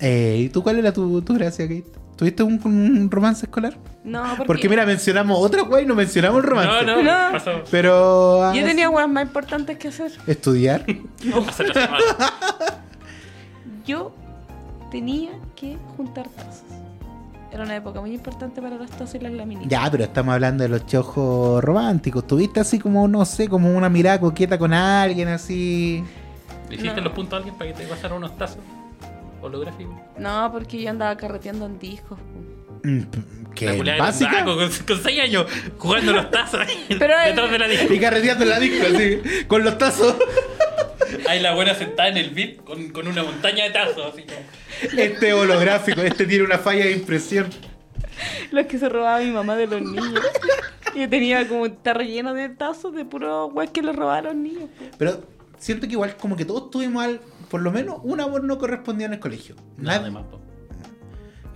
[SPEAKER 3] Eh, ¿Y tú cuál era tu, tu gracia, Kate? ¿Tuviste un, un romance escolar?
[SPEAKER 1] No, porque.
[SPEAKER 3] Porque mira, mencionamos otra guay y no mencionamos el romance.
[SPEAKER 2] No, no,
[SPEAKER 1] No.
[SPEAKER 2] pasó.
[SPEAKER 3] Pero. ah,
[SPEAKER 1] Yo tenía weas más importantes que hacer.
[SPEAKER 3] Estudiar.
[SPEAKER 2] Pasó la semana.
[SPEAKER 1] Yo tenía que juntar tazas. Era una época muy importante para las tazas y las laminitas.
[SPEAKER 3] Ya, pero estamos hablando de los chojos románticos. ¿Tuviste así como, no sé, como una mirada coqueta con alguien así?
[SPEAKER 2] ¿Le hiciste
[SPEAKER 1] No.
[SPEAKER 2] los puntos a alguien para que te pasara unos tazos? Holográficos.
[SPEAKER 1] No, porque yo andaba carreteando en discos. po.
[SPEAKER 3] Mm,
[SPEAKER 2] La
[SPEAKER 3] ¿Qué?
[SPEAKER 2] culea era un
[SPEAKER 3] ¿Básica?
[SPEAKER 2] naco, con, con seis años jugando los tazos
[SPEAKER 1] Pero el-
[SPEAKER 2] detrás de la disco.
[SPEAKER 3] Y carreteando en la disco así, con los tazos.
[SPEAKER 2] Ahí la buena sentada en el VIP con, con una montaña de tazos. Así como.
[SPEAKER 3] Este holográfico, este tiene una falla de impresión.
[SPEAKER 1] Los que se robaba mi mamá de los niños. Yo tenía como un tarro lleno de tazos de puro weas que le robaban a los niños. po.
[SPEAKER 3] Pero siento que igual como que todos tuvimos al- por lo menos un amor no correspondido en el colegio.
[SPEAKER 2] Nada
[SPEAKER 3] Nadie-
[SPEAKER 2] de más, po.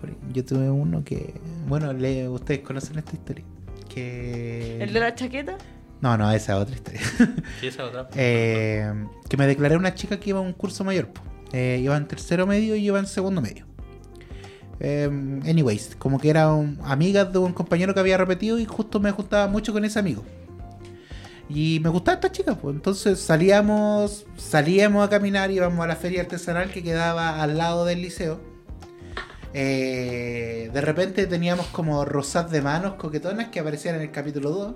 [SPEAKER 3] por- Yo tuve uno que. Bueno, le- ustedes conocen esta historia. Que.
[SPEAKER 1] ¿El de la chaqueta?
[SPEAKER 3] No, no, esa es otra historia.
[SPEAKER 2] Sí, esa otra.
[SPEAKER 3] Eh, que me declaré una chica que iba a un curso mayor. po. Eh, iba en tercero medio y yo iba en segundo medio. Eh, anyways, como que eran amigas de un compañero que había repetido y justo me gustaba mucho con ese amigo. Y me gustaba esta chica, pues entonces salíamos, salíamos a caminar, íbamos a la feria artesanal que quedaba al lado del liceo. Eh, de repente teníamos como rosas de manos coquetonas que aparecían en el capítulo 2.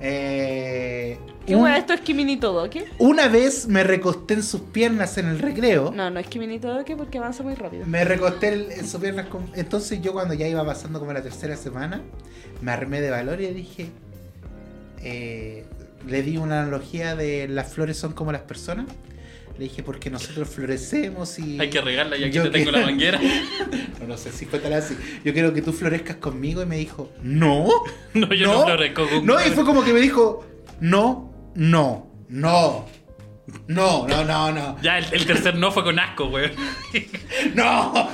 [SPEAKER 3] Eh,
[SPEAKER 1] ¿Qué
[SPEAKER 3] un-
[SPEAKER 1] hueá? Esto es Kimini Todoke.
[SPEAKER 3] una vez me recosté en sus piernas en el recreo.
[SPEAKER 1] No, no es Kimini Todoke porque avanza muy rápido.
[SPEAKER 3] Me recosté en- en sus piernas. con- Entonces yo cuando ya iba pasando como la tercera semana, me armé de valor y dije... eh, le di una analogía de las flores son como las personas. Le dije porque nosotros florecemos y...
[SPEAKER 2] Hay que regarla y aquí
[SPEAKER 3] Yo
[SPEAKER 2] te tengo
[SPEAKER 3] que-
[SPEAKER 2] la manguera.
[SPEAKER 3] no, no sé si fue tal así. Yo quiero que tú florezcas conmigo y me dijo, no.
[SPEAKER 2] No, yo no,
[SPEAKER 3] No.
[SPEAKER 2] florezco con
[SPEAKER 3] No, y fue como que me dijo, no, no, no. No, no, no, no.
[SPEAKER 2] Ya, el, el tercer no fue con asco, güey.
[SPEAKER 3] ¡No!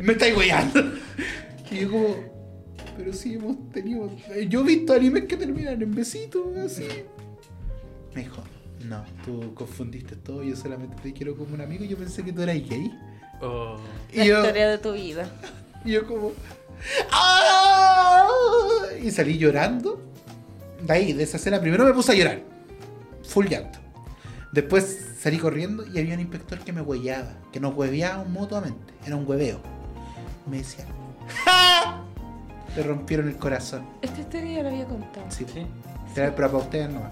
[SPEAKER 3] ¡Me estáis weyando! Y yo como... Pero sí hemos tenido... eh, Yo he visto animes que terminan en besitos, así. Me dijo, no, tú confundiste todo, yo solamente te quiero como un amigo, yo pensé que tú eras gay.
[SPEAKER 2] Oh.
[SPEAKER 1] La
[SPEAKER 3] Y yo,
[SPEAKER 1] historia de tu vida.
[SPEAKER 3] y yo como... ¡Ah! Y salí llorando. De ahí, de esa escena, primero me puse a llorar. Full llanto. Después salí corriendo y había un inspector que me hueveaba, que nos hueveábamos mutuamente. Era un hueveo. Me decía, ¡Ja! Te rompieron el corazón.
[SPEAKER 1] Esta historia ya la había contado.
[SPEAKER 3] Sí,
[SPEAKER 2] Sí.
[SPEAKER 3] Era- pero para ustedes no.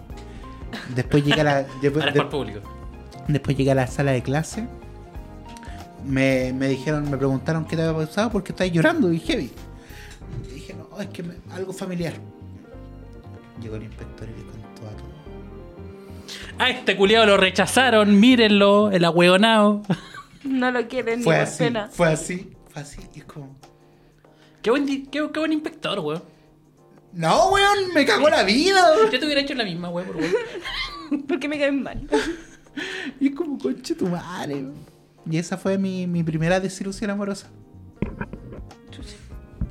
[SPEAKER 3] Después llegué a la. después-
[SPEAKER 2] Ahora es para el público.
[SPEAKER 3] Después llegué a la sala de clase. Me, me dijeron, me preguntaron qué te había pasado porque estabas llorando y heavy. Y dije, no, es que me- algo familiar. Llegó el inspector y le contó a todo.
[SPEAKER 2] A este culiado lo rechazaron, mírenlo, el agüeonao.
[SPEAKER 1] No lo quieren
[SPEAKER 3] Fue
[SPEAKER 1] ni por
[SPEAKER 3] así,
[SPEAKER 1] pena.
[SPEAKER 3] fue así, fue así. Y es como,
[SPEAKER 2] Qué buen, di- qué, qué buen inspector, güey.
[SPEAKER 3] no, weón, me cagó la vida. weón".
[SPEAKER 2] Yo te hubiera hecho la misma, güey, por güey.
[SPEAKER 1] Porque me caen mal.
[SPEAKER 3] Y es como, conche tu madre. weón". Y esa fue mi, mi primera desilusión amorosa.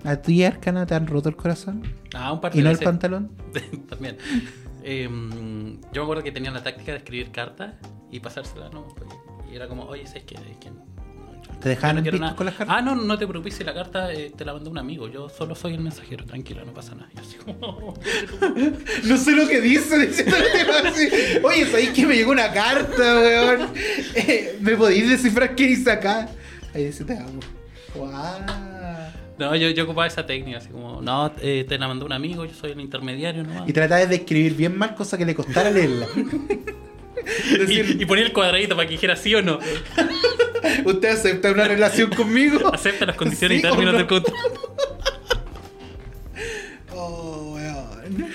[SPEAKER 3] ¿A ti, Arcana, te han roto el corazón?
[SPEAKER 2] Ah, un par de
[SPEAKER 3] ¿Y no el
[SPEAKER 2] veces.
[SPEAKER 3] pantalón?
[SPEAKER 2] También. Em, yo me acuerdo que tenía la táctica de escribir cartas y pasárselas, ¿no? Y era como, oye, ¿sabes qué? Es que no, yo-
[SPEAKER 3] ¿Te
[SPEAKER 2] yo
[SPEAKER 3] dejaban
[SPEAKER 2] no
[SPEAKER 3] en
[SPEAKER 2] quiero
[SPEAKER 3] visto
[SPEAKER 2] nada".
[SPEAKER 3] con las cartas?
[SPEAKER 2] Ah, no, no te preocupes si la carta eh, te la mandó un amigo. Yo solo soy el mensajero, tranquila, no pasa nada. Yo así como,
[SPEAKER 3] No sé lo que dice, diciéndote así. Oye, ¿sabéis que me llegó una carta, weón? Eh, ¿Me podéis descifrar qué dice acá? Ahí dice, te amo. Guau.
[SPEAKER 2] no, yo, yo ocupaba esa técnica, así como, no, eh, te la mandó un amigo, yo soy el intermediario, ¿no?
[SPEAKER 3] Y tratar de escribir bien mal, cosa que le costara leerla.
[SPEAKER 2] Y, y
[SPEAKER 3] Decir,
[SPEAKER 2] ponía el cuadradito para que dijera sí o no.
[SPEAKER 3] ¿usted acepta una relación conmigo?
[SPEAKER 2] Acepta las condiciones y
[SPEAKER 3] ¿Sí o
[SPEAKER 2] términos
[SPEAKER 3] no?
[SPEAKER 2] del contrato.
[SPEAKER 3] Oh, weón.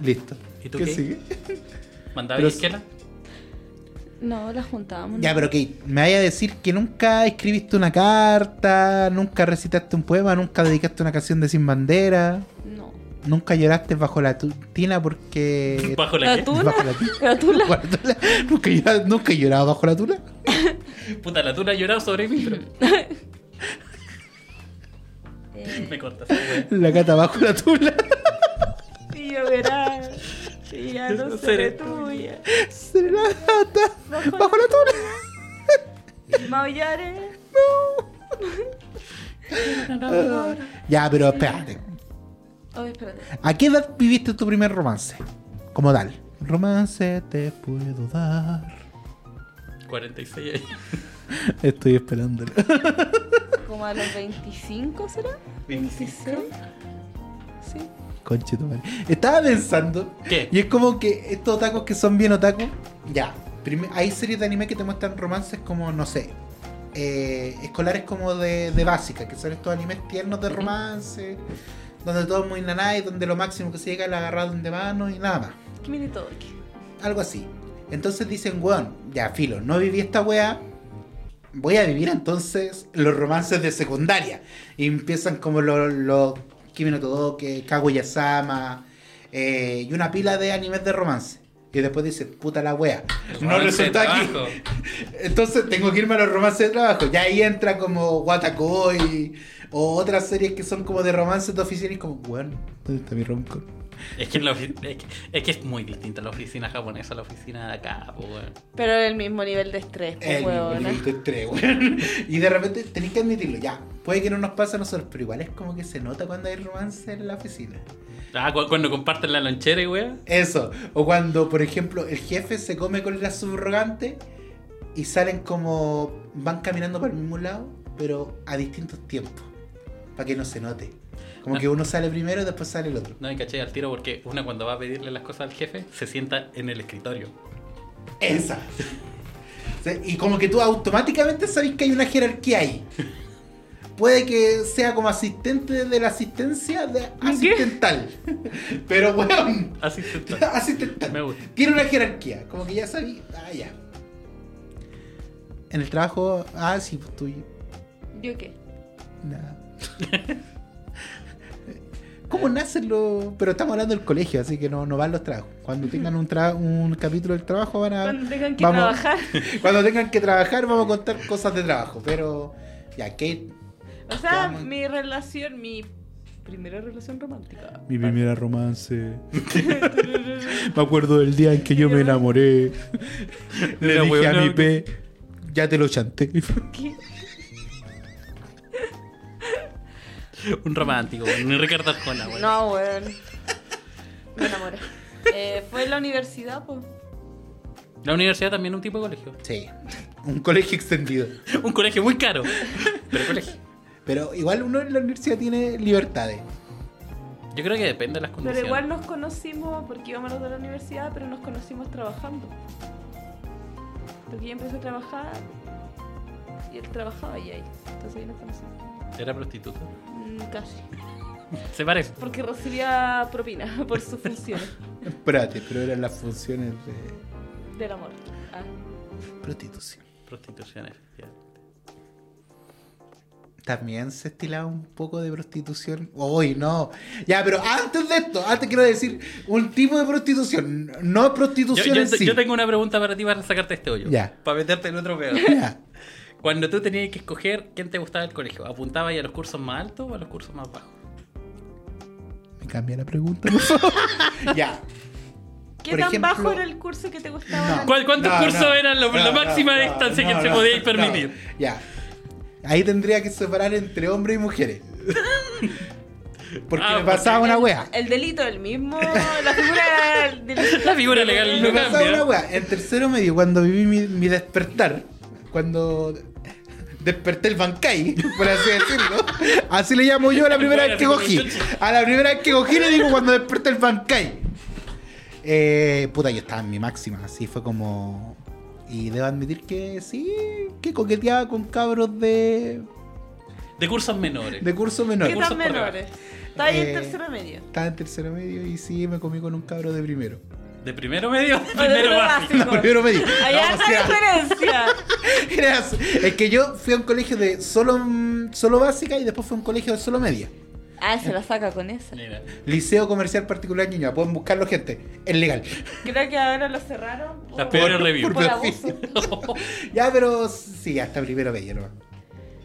[SPEAKER 3] Listo.
[SPEAKER 2] ¿Y tú
[SPEAKER 3] ¿Qué
[SPEAKER 2] qué?
[SPEAKER 3] sigue?
[SPEAKER 2] Mandaba
[SPEAKER 3] Pero-
[SPEAKER 2] izquierda.
[SPEAKER 1] No, la juntábamos.
[SPEAKER 3] Ya, pero Kate, me vaya a decir que nunca escribiste una carta, nunca recitaste un poema, nunca dedicaste una canción de Sin Bandera.
[SPEAKER 1] No.
[SPEAKER 3] Nunca lloraste bajo la tu- tina porque.
[SPEAKER 2] Bajo la
[SPEAKER 1] ¿La
[SPEAKER 2] que-
[SPEAKER 1] tuna?
[SPEAKER 3] Bajo la tina.
[SPEAKER 1] Pero tú la...
[SPEAKER 3] Bajo la tula. ¿Nunca, llora- nunca he llorado bajo la tula.
[SPEAKER 2] Puta, la tuna ha llorado sobre mí, pero
[SPEAKER 1] Eh.
[SPEAKER 2] me cortas. güey.
[SPEAKER 3] La cata bajo la tula.
[SPEAKER 1] Y yo verá. Y ya no
[SPEAKER 2] No
[SPEAKER 1] seré
[SPEAKER 2] seré
[SPEAKER 1] tuya.
[SPEAKER 3] Será la gata
[SPEAKER 1] Bajo la-
[SPEAKER 3] bajo la tula.
[SPEAKER 1] Maullaré.
[SPEAKER 3] Ya, pero espérate.
[SPEAKER 1] Oh, espérate.
[SPEAKER 3] ¿A qué edad viviste tu primer romance? Como tal. Romance te puedo dar.
[SPEAKER 2] 46 años.
[SPEAKER 3] Estoy esperándolo.
[SPEAKER 1] Como a los 25 será? 26. Sí.
[SPEAKER 3] Conche tu madre. Estaba pensando.
[SPEAKER 2] ¿Qué?
[SPEAKER 3] Y es como que estos otakus que son bien otakus. Ya. prime- hay series de anime que te muestran romances como, no sé. eh, escolares como de, de básica, que son estos animes tiernos de romance. Donde todo es muy nanay, donde lo máximo que se llega es la agarrada de mano y nada más
[SPEAKER 1] ¿Qué viene todo aquí?
[SPEAKER 3] algo así. Entonces dicen, weón, ya filo, no viví esta weá, voy a vivir entonces los romances de secundaria. Y empiezan como los lo, Kimi no Todoke, Kaguya-sama, eh, y una pila de animes de romance. Y después dice, puta la wea.
[SPEAKER 2] El
[SPEAKER 3] No
[SPEAKER 2] romance
[SPEAKER 3] resultó
[SPEAKER 2] de
[SPEAKER 3] aquí.
[SPEAKER 2] trabajo.
[SPEAKER 3] Entonces tengo que irme a los romances de trabajo. Ya ahí entra como Watakoi o otras series que son como de romances de oficinas. y Como, bueno, ¿dónde está mi romcom?
[SPEAKER 2] Es que, en la ofi- es, que, es que es muy distinta la oficina japonesa a la oficina de acá, po, weón.
[SPEAKER 1] Pero el mismo nivel de estrés, pues,
[SPEAKER 3] El
[SPEAKER 1] huevona.
[SPEAKER 3] nivel de estrés, weón. Y de repente tenéis que admitirlo, ya. Puede que no nos pase a nosotros, pero igual es como que se nota cuando hay romance en la oficina.
[SPEAKER 2] Ah, cu- cuando comparten la lonchera, weón.
[SPEAKER 3] Eso. O cuando, por ejemplo, el jefe se come con la subrogante y salen como. van caminando para el mismo lado, pero a distintos tiempos. Para que no se note. Como que uno sale primero, después sale el otro.
[SPEAKER 2] No me caché al tiro porque una cuando va a pedirle las cosas al jefe se sienta en el escritorio.
[SPEAKER 3] Esa. Sí, Y como que tú automáticamente sabes que hay una jerarquía ahí. Puede que sea como asistente de la asistencia de asistental. Pero weón,
[SPEAKER 2] Así se trata.
[SPEAKER 3] asistental.
[SPEAKER 2] Me gusta.
[SPEAKER 3] Tiene una jerarquía, como que ya sabí. Ah, ya. En el trabajo, ah, sí, pues tú.
[SPEAKER 1] ¿Yo qué?
[SPEAKER 3] Nada. ¿Cómo nacen los.? Pero estamos hablando del colegio, así que no, no van los trabajos. Cuando tengan un, tra- un capítulo del trabajo, van a.
[SPEAKER 1] Cuando tengan que
[SPEAKER 3] Ah, vamos-
[SPEAKER 1] trabajar.
[SPEAKER 3] Cuando tengan que trabajar, vamos a contar cosas de trabajo. Pero. Ya, Kate.
[SPEAKER 1] O sea,
[SPEAKER 3] Vamos.
[SPEAKER 1] mi relación, mi primera relación romántica.
[SPEAKER 6] Mi primera romance. Me acuerdo del día en que yo me enamoré. Le
[SPEAKER 2] Era
[SPEAKER 6] dije
[SPEAKER 2] huevona,
[SPEAKER 6] a mi
[SPEAKER 2] ¿no?
[SPEAKER 6] pe, ya te lo chanté.
[SPEAKER 1] ¿Qué?
[SPEAKER 2] Un romántico, weón. Ni Ricardo Arjona, weón.
[SPEAKER 1] No, weón. Me enamoré. Eh, fue en la universidad, pues.
[SPEAKER 2] La universidad también es un tipo de colegio.
[SPEAKER 3] Sí. Un colegio extendido.
[SPEAKER 2] Un colegio muy caro. Pero colegio.
[SPEAKER 3] Pero igual uno en la universidad tiene libertades.
[SPEAKER 2] Yo creo que depende de las
[SPEAKER 1] Pero
[SPEAKER 2] condiciones.
[SPEAKER 1] igual nos conocimos, porque íbamos los de la universidad, pero nos conocimos trabajando. Porque yo empecé a trabajar y él trabajaba y ahí. Entonces ahí nos conocimos.
[SPEAKER 2] Era prostituta.
[SPEAKER 1] Mm, Casi.
[SPEAKER 2] Se parece.
[SPEAKER 1] Porque recibía propina por sus funciones
[SPEAKER 3] Espérate, pero eran las funciones de
[SPEAKER 1] del amor. Ah.
[SPEAKER 3] prostitución.
[SPEAKER 2] Prostitución, efectivamente.
[SPEAKER 3] También se estilaba un poco de prostitución. Uy, no. Ya, pero antes de esto, antes quiero decir un tipo de prostitución. No
[SPEAKER 2] Yo,
[SPEAKER 3] prostitución
[SPEAKER 2] yo-
[SPEAKER 3] en sí.
[SPEAKER 2] yo tengo una pregunta para ti para sacarte este hoyo.
[SPEAKER 3] Ya.
[SPEAKER 2] Para meterte en otro pedo.
[SPEAKER 3] Ya.
[SPEAKER 2] Cuando tú tenías que escoger quién te gustaba del colegio, ¿apuntabas ahí a los cursos más altos o a los cursos más bajos?
[SPEAKER 3] Me cambia la pregunta, por favor. ya.
[SPEAKER 1] ¿Qué
[SPEAKER 3] Por
[SPEAKER 1] tan
[SPEAKER 3] ejemplo-
[SPEAKER 1] bajo era el curso que te gustaba?
[SPEAKER 3] No.
[SPEAKER 2] ¿Cuál- ¿Cuántos
[SPEAKER 3] No,
[SPEAKER 2] cursos
[SPEAKER 3] no,
[SPEAKER 2] eran lo-
[SPEAKER 3] no,
[SPEAKER 2] la
[SPEAKER 3] no,
[SPEAKER 2] máxima
[SPEAKER 3] no,
[SPEAKER 2] distancia
[SPEAKER 3] no,
[SPEAKER 2] que se
[SPEAKER 3] no,
[SPEAKER 2] podía ir
[SPEAKER 3] no.
[SPEAKER 2] permitir?
[SPEAKER 3] Ya. Ahí tendría que separar entre hombres y mujeres. Porque
[SPEAKER 2] Ah,
[SPEAKER 3] me pasaba
[SPEAKER 1] El-
[SPEAKER 3] una wea.
[SPEAKER 1] El delito, el mismo. La figura del.
[SPEAKER 2] La figura legal
[SPEAKER 3] Me
[SPEAKER 2] no
[SPEAKER 3] pasaba una
[SPEAKER 2] cambia.
[SPEAKER 3] wea. En tercero medio, cuando viví mi, mi despertar, cuando desperté el Bankai, por así decirlo. Así le llamo yo a la primera vez que cogí. A la primera vez que cogí le digo cuando desperté el Bankai. Eh, puta, yo estaba en mi máxima, así fue como. Y debo admitir que sí, que coqueteaba con cabros de,
[SPEAKER 2] De cursos menores.
[SPEAKER 3] de curso
[SPEAKER 1] ¿Qué
[SPEAKER 3] menor.
[SPEAKER 2] cursos
[SPEAKER 1] tan
[SPEAKER 2] por
[SPEAKER 1] menores? Estaba ahí
[SPEAKER 3] Eh,
[SPEAKER 1] en tercero medio.
[SPEAKER 3] Estaba en tercero medio y sí, me comí con un cabro de primero.
[SPEAKER 2] ¿De primero medio o de
[SPEAKER 1] O de
[SPEAKER 2] primero básico?
[SPEAKER 3] No, primero medio.
[SPEAKER 1] Hay
[SPEAKER 3] No,
[SPEAKER 1] harta
[SPEAKER 3] o sea,
[SPEAKER 1] diferencia.
[SPEAKER 3] Gracias. Es que yo fui a un colegio de solo, mm, solo básica y después fue a un colegio de solo media.
[SPEAKER 1] Ah, se la saca con esa.
[SPEAKER 2] Mira,
[SPEAKER 3] Liceo Comercial Particular Ñuñoa. Pueden buscarlo, gente. Es legal.
[SPEAKER 1] Creo que ahora lo cerraron. por-
[SPEAKER 2] Las peores reviews.
[SPEAKER 1] Por abuso.
[SPEAKER 3] Ya, pero sí, hasta primero medio nomás.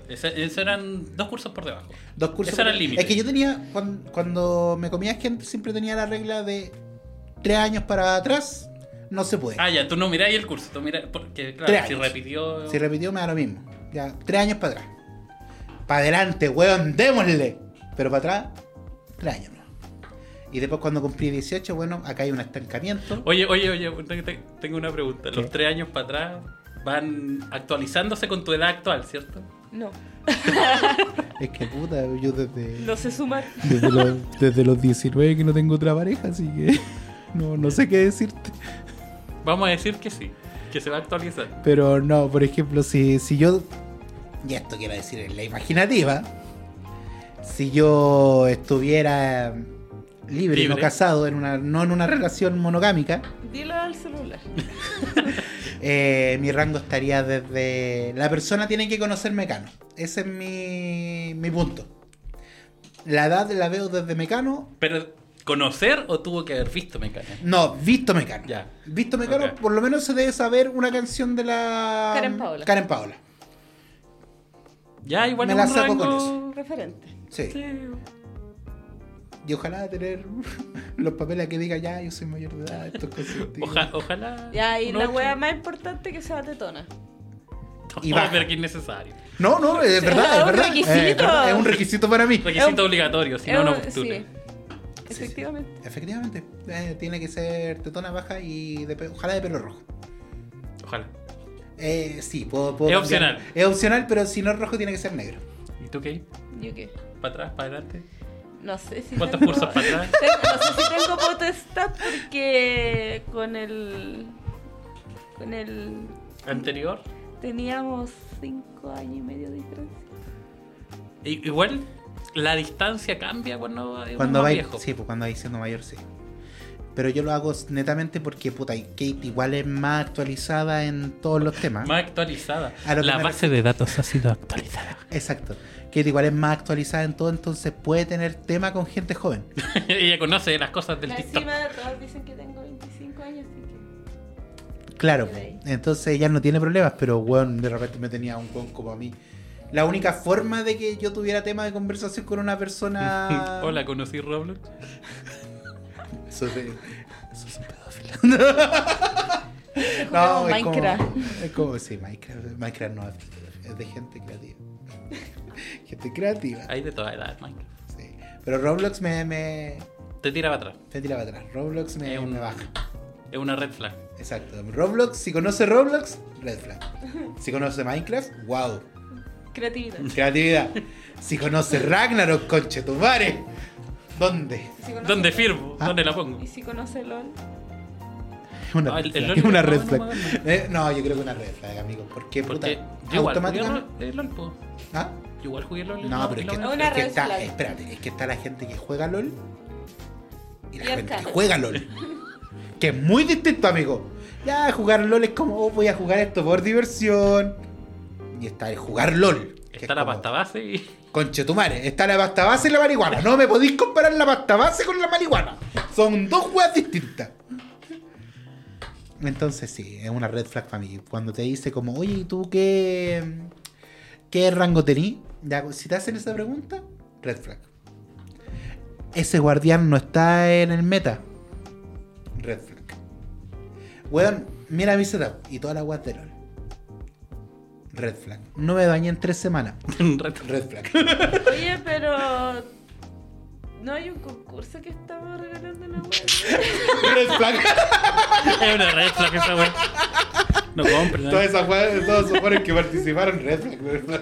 [SPEAKER 2] Ese- Esos eran dos cursos por debajo.
[SPEAKER 3] Dos cursos.
[SPEAKER 2] Ese era el
[SPEAKER 3] por-
[SPEAKER 2] límite.
[SPEAKER 3] Es que yo tenía, cuan- cuando, me comía gente, siempre tenía la regla de tres años para atrás, no se puede.
[SPEAKER 2] Ah, ya, tú no miráis el curso. Tú mirás, porque, claro,
[SPEAKER 3] Tres
[SPEAKER 2] si
[SPEAKER 3] años.
[SPEAKER 2] repitió.
[SPEAKER 3] Si repitió, me da lo mismo. Ya, tres años para atrás. Para adelante, weón, démosle. Pero para atrás, tres años nomás. Y después cuando cumplí 18, bueno, acá hay un estancamiento.
[SPEAKER 2] Oye, oye, oye, te- te- tengo una pregunta. Los tres años para atrás van actualizándose con tu edad actual, ¿cierto?
[SPEAKER 1] No,
[SPEAKER 3] Es que puta, yo desde,
[SPEAKER 1] no se sumar.
[SPEAKER 6] Desde los, desde los 19 que no tengo otra pareja, así que no, no sé qué decirte.
[SPEAKER 2] Vamos a decir que sí, que se va a actualizar.
[SPEAKER 6] Pero no, por ejemplo, si, si yo...
[SPEAKER 3] Y esto quiero decir en la imaginativa. Si yo estuviera libre, y no
[SPEAKER 2] Libre.
[SPEAKER 3] casado, en una, no en una relación monogámica,
[SPEAKER 1] Dilo al celular.
[SPEAKER 3] eh, mi rango estaría desde. La persona tiene que conocer Mecano. Ese es mi, mi punto. La edad la veo desde Mecano
[SPEAKER 2] Pero conocer o tuvo que haber visto Mecano?
[SPEAKER 3] No, Visto Mecano.
[SPEAKER 2] Ya.
[SPEAKER 3] Visto Mecano,
[SPEAKER 2] Ok.
[SPEAKER 3] por lo menos se debe saber una canción de la.
[SPEAKER 1] Karen Paola.
[SPEAKER 3] Karen Paola.
[SPEAKER 2] Ya, igual
[SPEAKER 3] Me
[SPEAKER 2] es
[SPEAKER 3] la
[SPEAKER 2] un
[SPEAKER 3] saco con
[SPEAKER 2] rango-
[SPEAKER 3] eso.
[SPEAKER 1] Referente.
[SPEAKER 3] Sí.
[SPEAKER 2] Sí.
[SPEAKER 3] Y ojalá tener los papeles que diga ya, yo soy mayor de edad, esto es consentido".
[SPEAKER 2] Oja- ojalá.
[SPEAKER 1] Ya, y
[SPEAKER 2] un
[SPEAKER 1] la
[SPEAKER 2] ocho.
[SPEAKER 1] wea más importante que sea tetona.
[SPEAKER 2] No,
[SPEAKER 3] Y baja.
[SPEAKER 2] pero que es necesario.
[SPEAKER 3] No, no, es verdad,
[SPEAKER 1] es
[SPEAKER 3] es
[SPEAKER 1] un
[SPEAKER 3] verdad.
[SPEAKER 1] requisito.
[SPEAKER 3] Eh, es verdad, es un requisito para mí.
[SPEAKER 2] Requisito
[SPEAKER 1] Es un-
[SPEAKER 2] obligatorio, si
[SPEAKER 1] Es
[SPEAKER 2] no, no eh.
[SPEAKER 1] un-
[SPEAKER 2] postula.
[SPEAKER 1] Eh, sí. Efectivamente.
[SPEAKER 3] Efectivamente, eh, tiene que ser tetona baja y de pe- ojalá de pelo rojo.
[SPEAKER 2] Ojalá.
[SPEAKER 3] Eh, sí, puedo, puedo
[SPEAKER 2] Es
[SPEAKER 3] cambiar.
[SPEAKER 2] opcional.
[SPEAKER 3] Es opcional, pero si no es rojo tiene que ser negro.
[SPEAKER 2] ¿Y tú qué?
[SPEAKER 1] ¿Yo qué?
[SPEAKER 2] ¿Para atrás? ¿Para adelante?
[SPEAKER 1] No sé si.
[SPEAKER 2] ¿Cuántos
[SPEAKER 1] tengo-
[SPEAKER 2] cursos para atrás?
[SPEAKER 1] Tengo- No sé si tengo potestad porque con el. Con el.
[SPEAKER 2] ¿Anterior?
[SPEAKER 1] Teníamos cinco años y medio de diferencia.
[SPEAKER 2] I- Igual la distancia cambia cuando es
[SPEAKER 3] Cuando
[SPEAKER 2] más
[SPEAKER 3] vais,
[SPEAKER 2] viejo.
[SPEAKER 3] sí, pues cuando vais siendo mayor, sí. Pero yo lo hago netamente porque, puta, y Kate igual es más actualizada en todos los temas.
[SPEAKER 2] Más actualizada.
[SPEAKER 3] A lo que
[SPEAKER 2] La
[SPEAKER 3] me
[SPEAKER 2] base de datos ha sido actualizada.
[SPEAKER 3] Exacto. Kate igual es más actualizada en todo, entonces puede tener tema con gente joven.
[SPEAKER 2] Ella conoce las cosas del
[SPEAKER 1] Más
[SPEAKER 2] TikTok.
[SPEAKER 1] Encima todos dicen que tengo 25 años, así que.
[SPEAKER 3] Claro,
[SPEAKER 1] Sí.
[SPEAKER 3] entonces ella no tiene problemas, pero weón, de repente me tenía un weón como a mí. La única forma de que yo tuviera tema de conversación con una persona.
[SPEAKER 2] Hola, conocí Roblox.
[SPEAKER 3] Eso es, eso es un pedófilo.
[SPEAKER 1] Jugamos
[SPEAKER 3] es como-
[SPEAKER 1] Minecraft.
[SPEAKER 3] es como, sí, Minecraft. Minecraft no es pedófilo, es de gente creativa. gente creativa.
[SPEAKER 2] Hay de toda edad, Minecraft.
[SPEAKER 3] sí. Pero Roblox me, me,
[SPEAKER 2] Te tira para atrás.
[SPEAKER 3] me tira para atrás. Roblox me,
[SPEAKER 2] Es un-
[SPEAKER 3] me baja.
[SPEAKER 2] Es una red flag.
[SPEAKER 3] Exacto. Roblox, si conoce Roblox, red flag. Si conoce Minecraft, wow.
[SPEAKER 1] Creatividad.
[SPEAKER 3] Creatividad. Si conoce Ragnarok, conche tu madre. ¿Dónde?
[SPEAKER 1] Y si conoce-
[SPEAKER 2] ¿Dónde firmo?
[SPEAKER 3] Ah.
[SPEAKER 2] ¿Dónde la pongo?
[SPEAKER 1] Y si conoce LOL.
[SPEAKER 3] Una
[SPEAKER 2] Ah,
[SPEAKER 3] red
[SPEAKER 2] el- el
[SPEAKER 3] flag.
[SPEAKER 2] Lolo
[SPEAKER 3] Una
[SPEAKER 2] no,
[SPEAKER 3] red
[SPEAKER 2] no,
[SPEAKER 3] flag.
[SPEAKER 2] no, no.
[SPEAKER 3] Eh, No, yo creo que una red flag, amigo. Porque,
[SPEAKER 2] Porque
[SPEAKER 3] puta,
[SPEAKER 2] yo igual jugué
[SPEAKER 3] automáticamente.
[SPEAKER 2] LOL- el LOL, po.
[SPEAKER 3] ¿Ah?
[SPEAKER 2] Yo igual jugué LOL.
[SPEAKER 3] No, pero es
[SPEAKER 2] lo
[SPEAKER 3] que,
[SPEAKER 2] veo.
[SPEAKER 1] Una
[SPEAKER 3] es que
[SPEAKER 1] red
[SPEAKER 3] está.
[SPEAKER 1] flag.
[SPEAKER 3] Espérate, es que está la gente que juega LOL y la
[SPEAKER 1] Y
[SPEAKER 3] gente que
[SPEAKER 1] Arcana.
[SPEAKER 3] juega LOL. Que es muy distinto, amigo. Ya jugar LOL es como, oh, voy a jugar esto por diversión. Y está el jugar LOL. que
[SPEAKER 2] Está
[SPEAKER 3] es
[SPEAKER 2] la
[SPEAKER 3] como,
[SPEAKER 2] pasta base y...
[SPEAKER 3] Conchetumare, está la pasta base y la marihuana. No me podéis comparar la pasta base con la marihuana. Son dos weas distintas. Entonces sí, es una red flag para mí. Cuando te dice como, oye, ¿y tú qué, qué rango tení? Ya, si te hacen esa pregunta, red flag. Ese guardián no está en el meta. Red flag. Weón, mira mi setup y todas las weas de LOL. Red flag. No me bañé en tres semanas.
[SPEAKER 2] un red flag.
[SPEAKER 3] Red flag.
[SPEAKER 1] Oye, pero. No hay un concurso que estamos regalando una wea.
[SPEAKER 3] Red flag.
[SPEAKER 2] Es una red flag esa wea. No compren.
[SPEAKER 3] Todas esas weas- todos esos weones que participaron, red flag, red flag.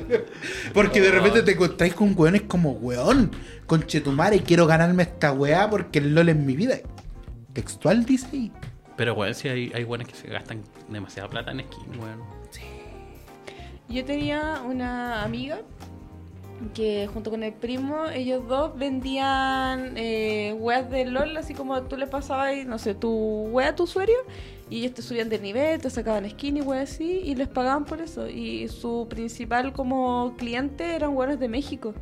[SPEAKER 3] Porque de repente te encontráis con weones como weón, conchetumare, quiero ganarme esta weá porque el LOL es mi vida. Textual dice ahí.
[SPEAKER 2] Pero weón, si hay, hay weones que se gastan demasiada plata en skin, weón.
[SPEAKER 1] Yo tenía una amiga que junto con el primo, ellos dos vendían eh, weas de LOL, así como tú le pasabas, y, no sé, tu wea, tu usuario, y ellos te subían de nivel, te sacaban skin y weas así, y les pagaban por eso. Y su principal como cliente eran weones de México.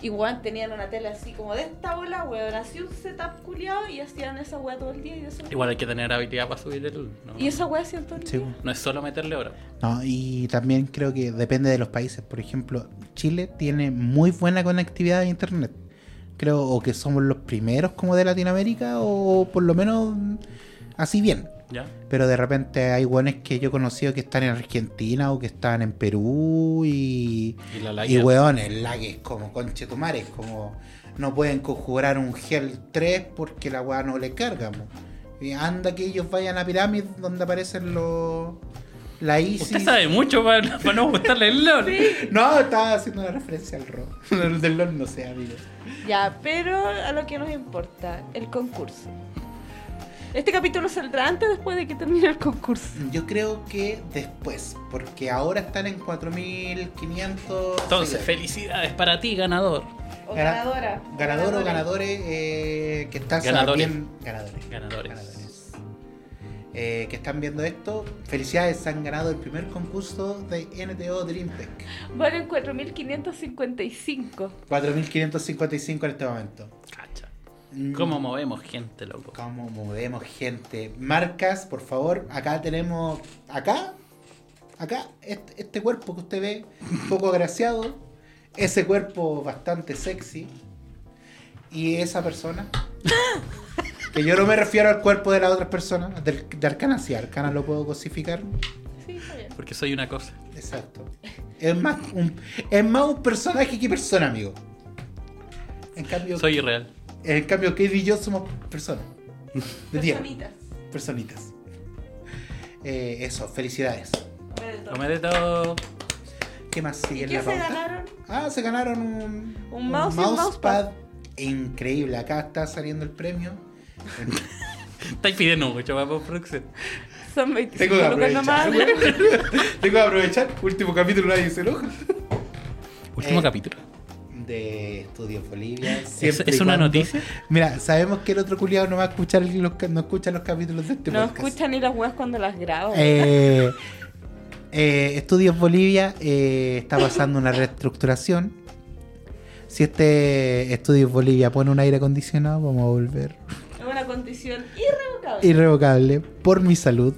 [SPEAKER 1] Y weón, tenían una tela así como de esta bola, weón, así un setup culiado y hacían esa wea todo el día y eso.
[SPEAKER 2] Igual hay que tener habilidad para subir el... No,
[SPEAKER 1] Y esa wea hacían todo el
[SPEAKER 3] Sí,
[SPEAKER 1] día.
[SPEAKER 2] no es solo meterle horas.
[SPEAKER 3] No, y también creo que depende de los países. Por ejemplo, Chile tiene muy buena conectividad a internet. Creo o que somos los primeros como de Latinoamérica o por lo menos así bien.
[SPEAKER 2] ¿Ya?
[SPEAKER 3] Pero de repente hay guanes que yo he conocido que están en Argentina o que están en Perú y.
[SPEAKER 2] Y la
[SPEAKER 3] y
[SPEAKER 2] like.
[SPEAKER 3] weón, el lag es como conchetumares, como. No pueden conjurar un gel 3 porque la weá no le carga. mo. Y anda que ellos vayan a pirámides donde aparecen los. La ISIS.
[SPEAKER 2] Usted sabe mucho para, para no gustarle el LOL.
[SPEAKER 3] No, estaba haciendo una referencia al rol. Del LOL no sé, amigo.
[SPEAKER 1] Ya, pero a lo que nos importa, el concurso. Este capítulo saldrá antes o después de que termine el concurso.
[SPEAKER 3] Yo creo que después, porque ahora están en 4500.
[SPEAKER 2] Entonces,
[SPEAKER 3] seguidores.
[SPEAKER 2] felicidades para ti, ganador.
[SPEAKER 1] O
[SPEAKER 3] Gana-
[SPEAKER 1] ganadora.
[SPEAKER 3] Ganador o
[SPEAKER 1] Ganadores.
[SPEAKER 3] ganadores eh, que estás
[SPEAKER 2] Ganadores.
[SPEAKER 3] bien. Ganadores.
[SPEAKER 2] Ganadores.
[SPEAKER 3] Ganadores. Eh, que están viendo esto. Felicidades, han ganado el primer concurso de NTO Dream Tech.
[SPEAKER 1] Valen 4.555.
[SPEAKER 3] 4.555 en este momento.
[SPEAKER 2] Cacha.
[SPEAKER 3] Mm.
[SPEAKER 2] ¿Cómo movemos gente, loco?
[SPEAKER 3] ¿Cómo movemos gente? Marcas, por favor. Acá tenemos. Acá. Acá. Este, este cuerpo que usted ve. Un poco agraciado. Ese cuerpo bastante sexy. Y esa persona. Que yo no me refiero al cuerpo de las otras personas. Del, de Arcana, sí. Arcana lo puedo cosificar.
[SPEAKER 1] Sí, está bien.
[SPEAKER 2] Porque soy una cosa.
[SPEAKER 3] Exacto. Es más un, es más un personaje que persona, amigo. En cambio,
[SPEAKER 2] Soy irreal.
[SPEAKER 3] en cambio, Kate y yo somos personas. De tiempo.
[SPEAKER 1] Personitas.
[SPEAKER 3] personitas. Eh, eso, felicidades.
[SPEAKER 1] Redondo.
[SPEAKER 2] Lo de todo.
[SPEAKER 3] ¿Qué más sigue
[SPEAKER 1] ¿Y
[SPEAKER 3] en
[SPEAKER 1] qué
[SPEAKER 3] la
[SPEAKER 1] se
[SPEAKER 3] pauta?
[SPEAKER 1] ganaron?
[SPEAKER 3] Ah, se ganaron un,
[SPEAKER 1] Un mouse y un mousepad.
[SPEAKER 3] Increíble, acá está saliendo el premio.
[SPEAKER 2] Estáis pidiendo mucho más por producción.
[SPEAKER 1] Son 25 lucas nomás.
[SPEAKER 3] Tengo que aprovechar. Último capítulo, nadie se enoja.
[SPEAKER 2] Último
[SPEAKER 3] Eh,
[SPEAKER 2] capítulo.
[SPEAKER 3] De Estudios Bolivia.
[SPEAKER 2] ¿Es,
[SPEAKER 3] siempre
[SPEAKER 2] es
[SPEAKER 3] y
[SPEAKER 2] una
[SPEAKER 3] cuando-
[SPEAKER 2] noticia?
[SPEAKER 3] Mira, sabemos que el otro culiado no va a escuchar los, ca- no escucha los capítulos de este
[SPEAKER 1] No
[SPEAKER 3] podcast.
[SPEAKER 1] escuchan ni las weas cuando las grabo.
[SPEAKER 3] Eh, eh, Estudios Bolivia eh, está pasando una reestructuración. Si este Estudios Bolivia pone un aire acondicionado, vamos a volver.
[SPEAKER 1] Es una condición irrevocable.
[SPEAKER 3] Irrevocable, por mi salud.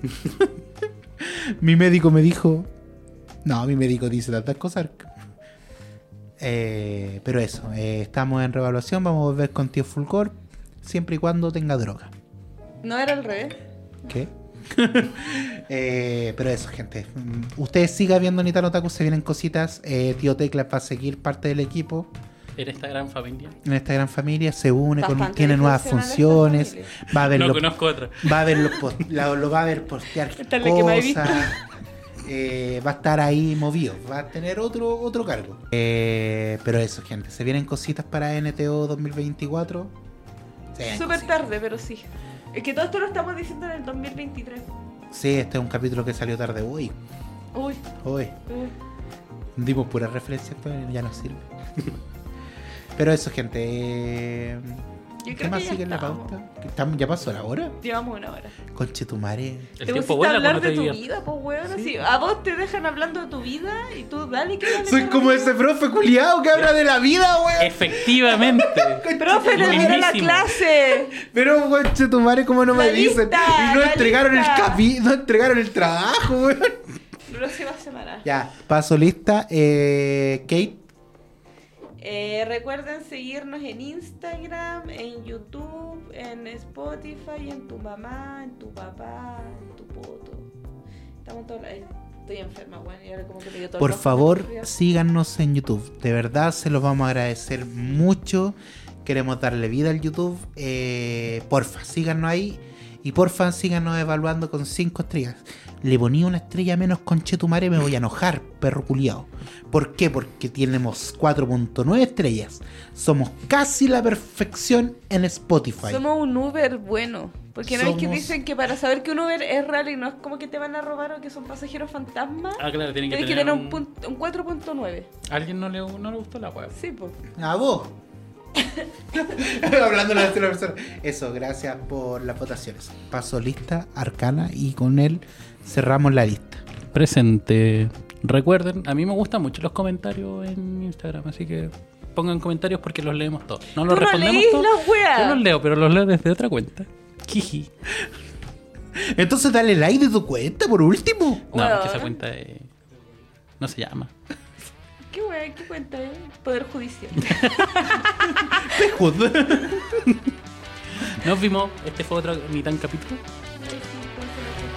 [SPEAKER 3] mi médico me dijo... No, mi médico dice tantas cosas. Eh, pero eso, eh, estamos en revaluación, vamos a volver con Tío Fulgor, siempre y cuando tenga droga.
[SPEAKER 1] No era al revés.
[SPEAKER 3] ¿Qué? Eh, pero eso, gente. Mm, Ustedes sigan viendo Nitano Otaku, se vienen cositas. Eh, tío Teclas va a seguir parte del equipo
[SPEAKER 2] En esta gran familia.
[SPEAKER 3] en esta gran familia. Se une, con-
[SPEAKER 1] Bastante
[SPEAKER 3] tiene nuevas
[SPEAKER 1] disfuncional esta
[SPEAKER 3] funciones. Va a ver,
[SPEAKER 2] No
[SPEAKER 3] los-
[SPEAKER 2] conozco otra.
[SPEAKER 3] va a ver los post- la- lo va a ver postear
[SPEAKER 1] Esta es la que más he visto.
[SPEAKER 3] cosas. Eh, va a estar ahí movido. Va a tener otro, otro cargo. Eh, pero eso, gente. Se vienen cositas para NTO 2024. Se vienen
[SPEAKER 1] Súper
[SPEAKER 3] cositas.
[SPEAKER 1] tarde, pero sí. Es que todo esto lo estamos diciendo en el 2023.
[SPEAKER 3] Sí, este es un capítulo que salió tarde hoy.
[SPEAKER 1] Uy,
[SPEAKER 3] Hoy.
[SPEAKER 1] uy.
[SPEAKER 3] Dimos pura referencia, pero ya no sirve. Pero eso, gente. eh,
[SPEAKER 1] Yo
[SPEAKER 3] ¿Qué
[SPEAKER 1] creo
[SPEAKER 3] más
[SPEAKER 1] que ya
[SPEAKER 3] sigue en la
[SPEAKER 1] estamos.
[SPEAKER 3] pauta? ¿Que estamos- ¿Ya pasó la hora?
[SPEAKER 1] Llevamos una hora.
[SPEAKER 3] Conchetumare.
[SPEAKER 2] El
[SPEAKER 1] te
[SPEAKER 2] tiempo
[SPEAKER 1] pusiste a
[SPEAKER 2] vuela
[SPEAKER 1] hablar
[SPEAKER 2] cuando
[SPEAKER 1] de
[SPEAKER 2] te
[SPEAKER 1] tu
[SPEAKER 2] diviertes.
[SPEAKER 1] vida, pues weón. Así, a vos te dejan hablando de tu vida y tú dale que dale,
[SPEAKER 3] Soy
[SPEAKER 1] dale,
[SPEAKER 3] como
[SPEAKER 1] dale.
[SPEAKER 3] ese profe culiado que habla de la vida, weón.
[SPEAKER 2] Efectivamente.
[SPEAKER 1] Profe, le dieron la
[SPEAKER 2] Mismísimo.
[SPEAKER 1] clase.
[SPEAKER 3] Pero, conchetumare, como no me
[SPEAKER 1] La
[SPEAKER 3] dicen?
[SPEAKER 1] lista,
[SPEAKER 3] Y no
[SPEAKER 1] la
[SPEAKER 3] entregaron el
[SPEAKER 1] lista.
[SPEAKER 3] capi, no entregaron el trabajo, weón.
[SPEAKER 1] Próxima semana.
[SPEAKER 3] Ya, paso lista. Eh, Kate,
[SPEAKER 1] Eh, recuerden seguirnos en Instagram, en YouTube, en Spotify, en tu mamá, en tu papá, en tu poto. Estamos todos. eh, Estoy enferma, weón. y ahora como que me dio todo el
[SPEAKER 3] Por
[SPEAKER 1] ojo.
[SPEAKER 3] favor, síganos en YouTube. De verdad, se los vamos a agradecer mucho. Queremos darle vida al YouTube. Eh, porfa, síganos ahí. Y porfa, síganos evaluando con 5 estrellas. Le ponía una estrella menos con Chetumare, me voy a enojar, perro culiao. ¿Por qué? Porque tenemos 4.9 estrellas. Somos casi la perfección en Spotify.
[SPEAKER 1] Somos un Uber bueno. Porque no es que
[SPEAKER 3] Somos-
[SPEAKER 1] dicen que para saber que un Uber es real y no es como que te van a robar o que son pasajeros fantasmas,
[SPEAKER 2] Ah, claro, tienen
[SPEAKER 1] tienes
[SPEAKER 2] que tener,
[SPEAKER 1] que tener un,
[SPEAKER 2] un-
[SPEAKER 1] punto- un 4.9.
[SPEAKER 2] Alguien no le, no le gustó la web.
[SPEAKER 1] Sí, pues.
[SPEAKER 3] A vos. Hablando de la tercera persona. Eso, gracias por las votaciones. Paso lista, arcana y con él cerramos la lista.
[SPEAKER 2] presente. Recuerden, a mí me gustan mucho los comentarios en Instagram, así que pongan comentarios porque los leemos todos. No los
[SPEAKER 1] Tú no
[SPEAKER 2] respondemos
[SPEAKER 1] leís
[SPEAKER 2] todos.
[SPEAKER 1] las weas.
[SPEAKER 2] Yo los leo, pero los leo desde otra cuenta. Jiji.
[SPEAKER 3] Entonces dale like de tu cuenta por último.
[SPEAKER 2] No,
[SPEAKER 1] Weón.
[SPEAKER 2] porque esa cuenta eh, no se llama.
[SPEAKER 1] ¿Qué wea? ¿Qué cuenta? eh? Poder judicial.
[SPEAKER 3] Te jodas.
[SPEAKER 2] Nos vimos. Este fue otro ni tan capítulo.